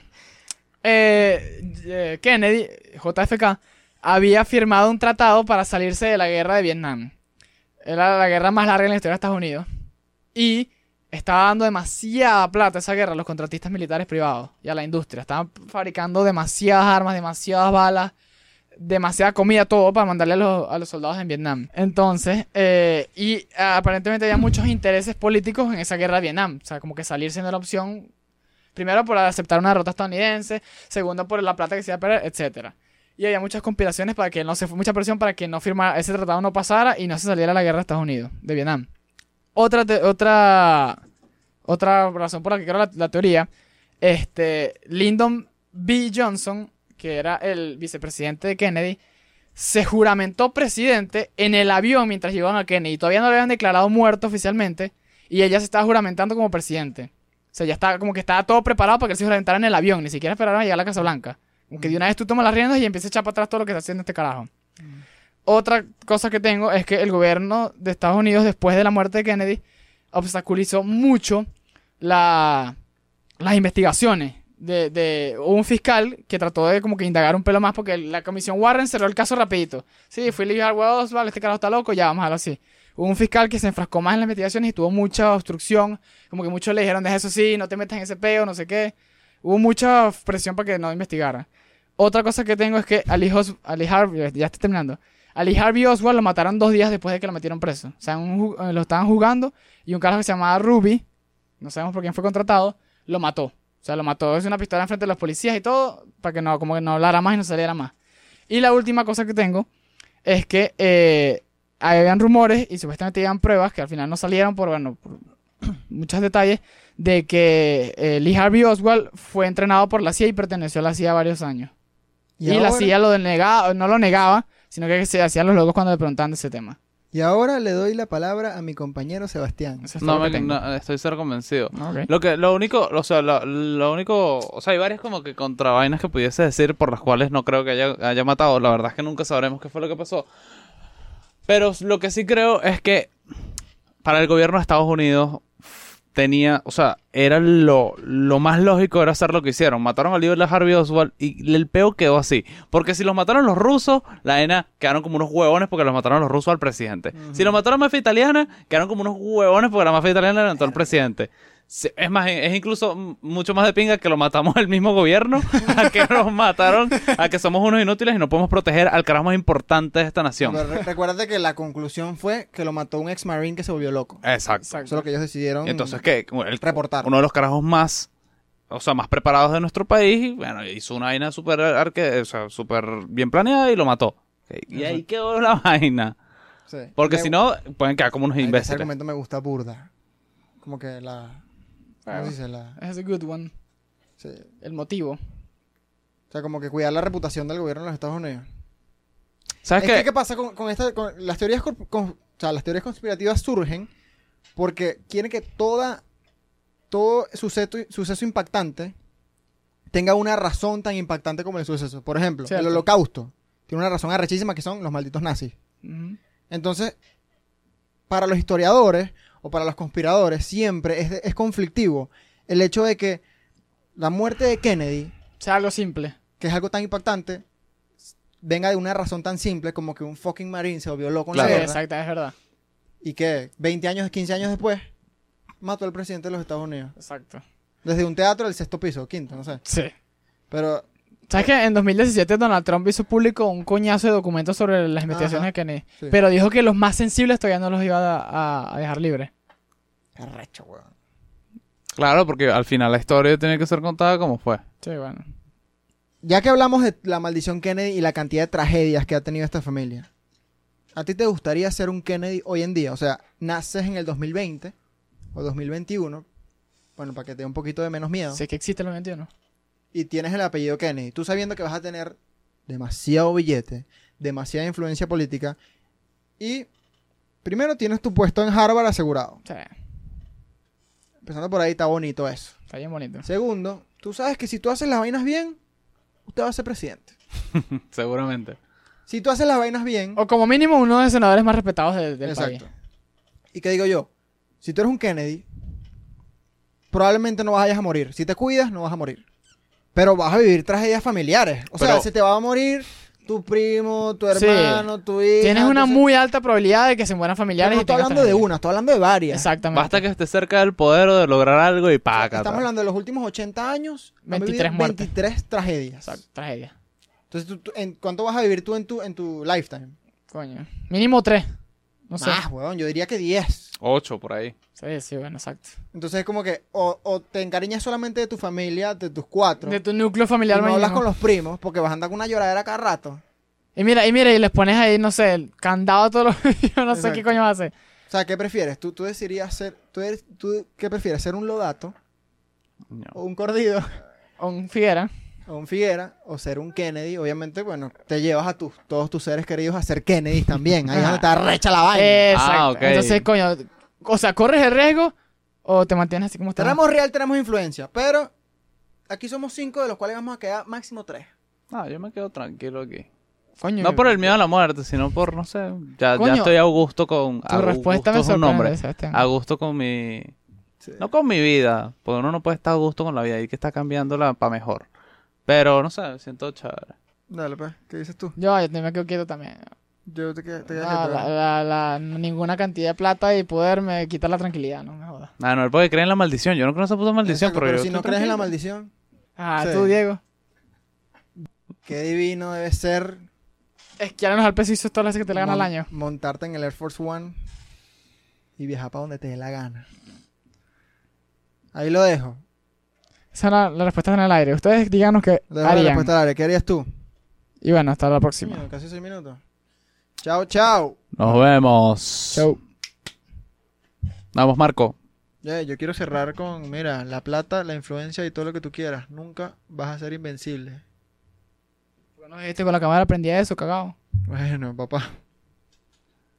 Speaker 2: eh, eh, Kennedy, JFK, había firmado un tratado para salirse de la guerra de Vietnam. Era la guerra más larga en la historia de Estados Unidos. Y estaba dando demasiada plata a esa guerra a los contratistas militares privados y a la industria. Estaban fabricando demasiadas armas, demasiadas balas demasiada comida, todo, para mandarle a los, a los soldados en Vietnam. Entonces, eh, y ah, aparentemente había muchos intereses políticos en esa guerra de Vietnam. O sea, como que salirse no era opción. Primero, por aceptar una derrota estadounidense. Segundo, por la plata que se iba a perder, etcétera Y había muchas conspiraciones para que no se... Mucha presión para que no firmara... Ese tratado no pasara y no se saliera la guerra de Estados Unidos, de Vietnam. Otra... te- otra... Otra razón por la que creo la, la teoría. Este... Lyndon B. Johnson que era el vicepresidente de Kennedy, se juramentó presidente en el avión mientras llevaban a Kennedy. Todavía no le habían declarado muerto oficialmente y ella se estaba juramentando como presidente. O sea, ya estaba como que estaba todo preparado para que él se juramentara en el avión, ni siquiera esperaron a llegar a la Casa Blanca. Aunque de una vez tú tomas las riendas y empiezas a echar para atrás todo lo que está haciendo este carajo. Otra cosa que tengo es que el gobierno de Estados Unidos, después de la muerte de Kennedy, obstaculizó mucho la, las investigaciones. De, de- hubo un fiscal que trató de como que indagar un pelo más porque la comisión Warren cerró el caso rapidito. Sí, fui a Oswald, vale, este carajo está loco, ya vamos a dejarlo así. Hubo un fiscal que se enfrascó más en las investigaciones y tuvo mucha obstrucción, como que muchos le dijeron, deja eso sí, no te metas en ese peo, no sé qué. Hubo mucha presión para que no investigara. Otra cosa que tengo es que Ali, Os- Ali Harvey, ya estoy terminando, Ali Harvey Oswald lo mataron dos días después de que lo metieron preso. O sea, un ju- eh, lo estaban jugando y un carajo que se llamaba Ruby, no sabemos por quién fue contratado, lo mató. O sea, lo mató es una pistola enfrente de los policías y todo, para que no, como que no hablara más y no saliera más. Y la última cosa que tengo es que eh, habían rumores y supuestamente habían pruebas que al final no salieron por, bueno, por muchos detalles, de que eh, Lee Harvey Oswald fue entrenado por la CIA y perteneció a la CIA varios años. Y, la
Speaker 3: ahora?
Speaker 2: CIA lo denegaba, no lo negaba, sino que se hacían los locos cuando le preguntaban de ese tema.
Speaker 3: Y ahora le doy la palabra a mi compañero Sebastián.
Speaker 2: Eso es
Speaker 1: No,
Speaker 2: todo lo que
Speaker 1: me-
Speaker 2: tengo.
Speaker 1: no, estoy ser convencido.
Speaker 2: Ok.
Speaker 1: Lo que, lo único, o sea, lo, lo único, o sea, hay varias como que contravainas que pudiese decir por las cuales no creo que haya, haya matado. La verdad es que nunca sabremos qué fue lo que pasó. Pero lo que sí creo es que para el gobierno de Estados Unidos tenía, o sea, era lo, lo más lógico era hacer lo que hicieron. Mataron a Oliver Harvey Oswald y el peo quedó así. Porque si los mataron los rusos, la ENA quedaron como unos huevones porque los mataron los rusos al presidente. Si los mataron la mafia italiana, quedaron como unos huevones porque la mafia italiana levantó al presidente. Se- Es más, es incluso m- mucho más de pinga que lo matamos el mismo gobierno a que nos mataron, a que somos unos inútiles y no podemos proteger al carajo más importante de esta nación.
Speaker 3: Pero re- Recuerda que la conclusión fue que lo mató un ex marine que se volvió loco.
Speaker 1: Exacto.
Speaker 2: Exacto.
Speaker 3: Eso es lo que ellos decidieron.
Speaker 1: Entonces, ¿qué? El-
Speaker 3: Reportar.
Speaker 1: Uno de los carajos más, o sea, más preparados de nuestro país. Y bueno, hizo una vaina súper arque- o sea, súper bien planeada y lo mató. Y ahí quedó la vaina.
Speaker 3: Sí.
Speaker 1: Porque
Speaker 3: Me-
Speaker 1: si no, pueden quedar como unos
Speaker 3: Ay, Ese
Speaker 1: imbéciles.
Speaker 3: argumento me gusta burda. Como que la. ¿Cómo
Speaker 2: Bueno,
Speaker 3: se dice? La,
Speaker 2: That's a good one.
Speaker 3: sí.
Speaker 2: El motivo.
Speaker 3: O sea, como que cuidar la reputación del gobierno de los Estados Unidos.
Speaker 1: ¿Sabes
Speaker 3: Es que,
Speaker 1: qué?
Speaker 3: ¿qué pasa con, con esta- con las teorías cor- con- o sea, las teorías conspirativas surgen porque quieren que toda todo suceso, suceso impactante tenga una razón tan impactante como el suceso. Por ejemplo,
Speaker 2: Cierto.
Speaker 3: el holocausto tiene una razón arrechísima que son los malditos nazis.
Speaker 2: Ujú.
Speaker 3: Entonces, para los historiadores o para los conspiradores siempre es, es conflictivo el hecho de que la muerte de Kennedy,
Speaker 2: O sea, algo simple.
Speaker 3: que es algo tan impactante, venga de una razón tan simple como que un fucking marine se volvió loco en
Speaker 1: Claro.
Speaker 3: la
Speaker 2: Sí,
Speaker 3: guerra
Speaker 2: exacto, es verdad.
Speaker 3: y que 20 años, 15 años después, mató al presidente de los Estados Unidos.
Speaker 2: Exacto.
Speaker 3: Desde un teatro del sexto piso, quinto, no sé.
Speaker 2: Sí.
Speaker 3: Pero
Speaker 2: ¿Sabes que en 2017 Donald Trump hizo público un coñazo de documentos sobre las investigaciones
Speaker 3: Ajá,
Speaker 2: de Kennedy?
Speaker 3: sí.
Speaker 2: Pero dijo que los más sensibles todavía no los iba a, a- a dejar libres.
Speaker 3: Arrecho, weón.
Speaker 1: Claro, porque al final la historia tiene que ser contada como fue.
Speaker 2: Sí, bueno.
Speaker 3: Ya que hablamos de la maldición Kennedy y la cantidad de tragedias que ha tenido esta familia, ¿a ti te gustaría ser un Kennedy hoy en día? O sea, naces en el 2020 o 2021, bueno, para que te dé un poquito de menos miedo,
Speaker 2: Sé que existe los 21.
Speaker 3: y tienes el apellido Kennedy. Tú sabiendo que vas a tener demasiado billete, demasiada influencia política, y primero tienes tu puesto en Harvard asegurado.
Speaker 2: Sí,
Speaker 3: Empezando por ahí, está bonito eso.
Speaker 2: está bien bonito.
Speaker 3: Segundo, tú sabes que si tú haces las vainas bien, usted va a ser presidente.
Speaker 1: Seguramente.
Speaker 3: Si tú haces las vainas bien,
Speaker 2: O como mínimo uno de los senadores más respetados de- del
Speaker 3: exacto.
Speaker 2: país.
Speaker 3: ¿Y qué digo yo? Si tú eres un Kennedy, probablemente no vayas a morir. Si te cuidas, no vas a morir. Pero vas a vivir tragedias familiares. O sea,
Speaker 1: Pero-
Speaker 3: se te va a morir tu primo, tu
Speaker 2: Sí.
Speaker 3: hermano, tu hija.
Speaker 2: Tienes una
Speaker 3: Eh, entonces-
Speaker 2: muy alta probabilidad de que se mueran
Speaker 3: Pero
Speaker 2: familiares. y
Speaker 3: no estoy
Speaker 2: tengas
Speaker 3: hablando de
Speaker 2: tragedia.
Speaker 3: una, estoy hablando de varias.
Speaker 2: Exactamente.
Speaker 1: Basta que esté cerca del poder o de lograr algo y
Speaker 3: O sea,
Speaker 1: paga.
Speaker 3: Estamos hablando de los últimos 80 años. han
Speaker 2: 23
Speaker 3: vivido
Speaker 2: Ah, muertes.
Speaker 3: 23 tragedias.
Speaker 2: Exacto, tragedia.
Speaker 3: Entonces, ¿tú, tú- en, ¿cuánto vas a vivir tú en tu, en tu lifetime?
Speaker 2: Coño. Mínimo tres. No sé.
Speaker 3: Más, weón. Yo diría que 10.
Speaker 1: Ocho por ahí.
Speaker 2: Sí, sí, bueno, exacto.
Speaker 3: Entonces, es como que o, o te encariñas solamente de tu familia, de tus cuatro.
Speaker 2: De tu núcleo
Speaker 3: y
Speaker 2: familiar.
Speaker 3: no hablas
Speaker 2: mínimo.
Speaker 3: con los primos porque vas a andar con una lloradera cada rato.
Speaker 2: Y mira, y mira, y les pones ahí, no sé, el candado a todos los... Yo no sé qué
Speaker 3: Exacto.
Speaker 2: coño hace.
Speaker 3: O sea, ¿qué prefieres? ¿Tú, tú decidirías ser... Tú eres- tú- ¿Qué prefieres? ¿Ser un Lodato?
Speaker 1: No.
Speaker 3: ¿O un Cordido?
Speaker 2: O un fiera.
Speaker 3: ¿O un Figuera? ¿O ser un Kennedy? Obviamente, bueno, te llevas a tus, todos tus seres queridos a ser Kennedy también. Ahí es donde te arrecha Pues la vaina.
Speaker 2: Exacto.
Speaker 1: Ah, ok.
Speaker 2: Entonces, coño, o sea, corres el riesgo o te mantienes así como estás.
Speaker 3: tenemos real, tenemos influencia. Pero aquí somos cinco, de los cuales vamos a quedar máximo tres.
Speaker 1: No, Ah, yo me quedo tranquilo aquí.
Speaker 2: Coño,
Speaker 1: No por el miedo a la muerte, sino por, no sé, ya,
Speaker 2: Coño.
Speaker 1: ya estoy a gusto con...
Speaker 2: Tu
Speaker 1: a gu-
Speaker 2: respuesta
Speaker 1: gusto
Speaker 2: me
Speaker 1: es un nombre.
Speaker 2: sorprende, Sebastián.
Speaker 1: A gusto con mi...
Speaker 3: Sí.
Speaker 1: No con mi vida, porque uno no puede estar a gusto con la vida y que está cambiándola para mejor. Pero, no sé, siento chévere.
Speaker 3: Dale, pues, ¿qué dices tú?
Speaker 2: Yo, yo me quedo quieto también.
Speaker 3: Yo te quedé. Te quedé
Speaker 2: No,
Speaker 3: quieto,
Speaker 2: la,
Speaker 3: ¿verdad?
Speaker 2: la- la- ninguna cantidad de plata y poder me quita la tranquilidad, no me jodas.
Speaker 1: Ah, no, él puede creer en la maldición. Yo no creo en esa puta maldición,
Speaker 3: Exacto,
Speaker 1: pero, yo
Speaker 3: si
Speaker 1: estoy
Speaker 3: no crees en
Speaker 1: tranquilo.
Speaker 3: la maldición,
Speaker 2: Ah,
Speaker 3: Sí.
Speaker 2: tú, Diego.
Speaker 3: qué divino debe ser.
Speaker 2: Esquiar en los Alpes hizo todas las que te le gana al
Speaker 3: mon-
Speaker 2: año.
Speaker 3: Montarte en el Air Force One y viajar para donde te dé la gana. Ahí lo dejo.
Speaker 2: Esa es la, la respuesta está en el aire. Ustedes díganos qué
Speaker 3: Dejo la
Speaker 2: harían.
Speaker 3: respuesta al aire. ¿Qué harías tú?
Speaker 2: Y bueno, hasta la próxima.
Speaker 3: Coño, casi seis minutos. Chao, chao.
Speaker 1: Nos vemos.
Speaker 2: Chau.
Speaker 1: Vamos, Marco.
Speaker 3: Ya, yo quiero cerrar con, mira, la plata, la influencia y todo lo que tú quieras. Nunca vas a ser invencible.
Speaker 2: Bueno, este con la cámara aprendí eso, cagado.
Speaker 3: Bueno, papá.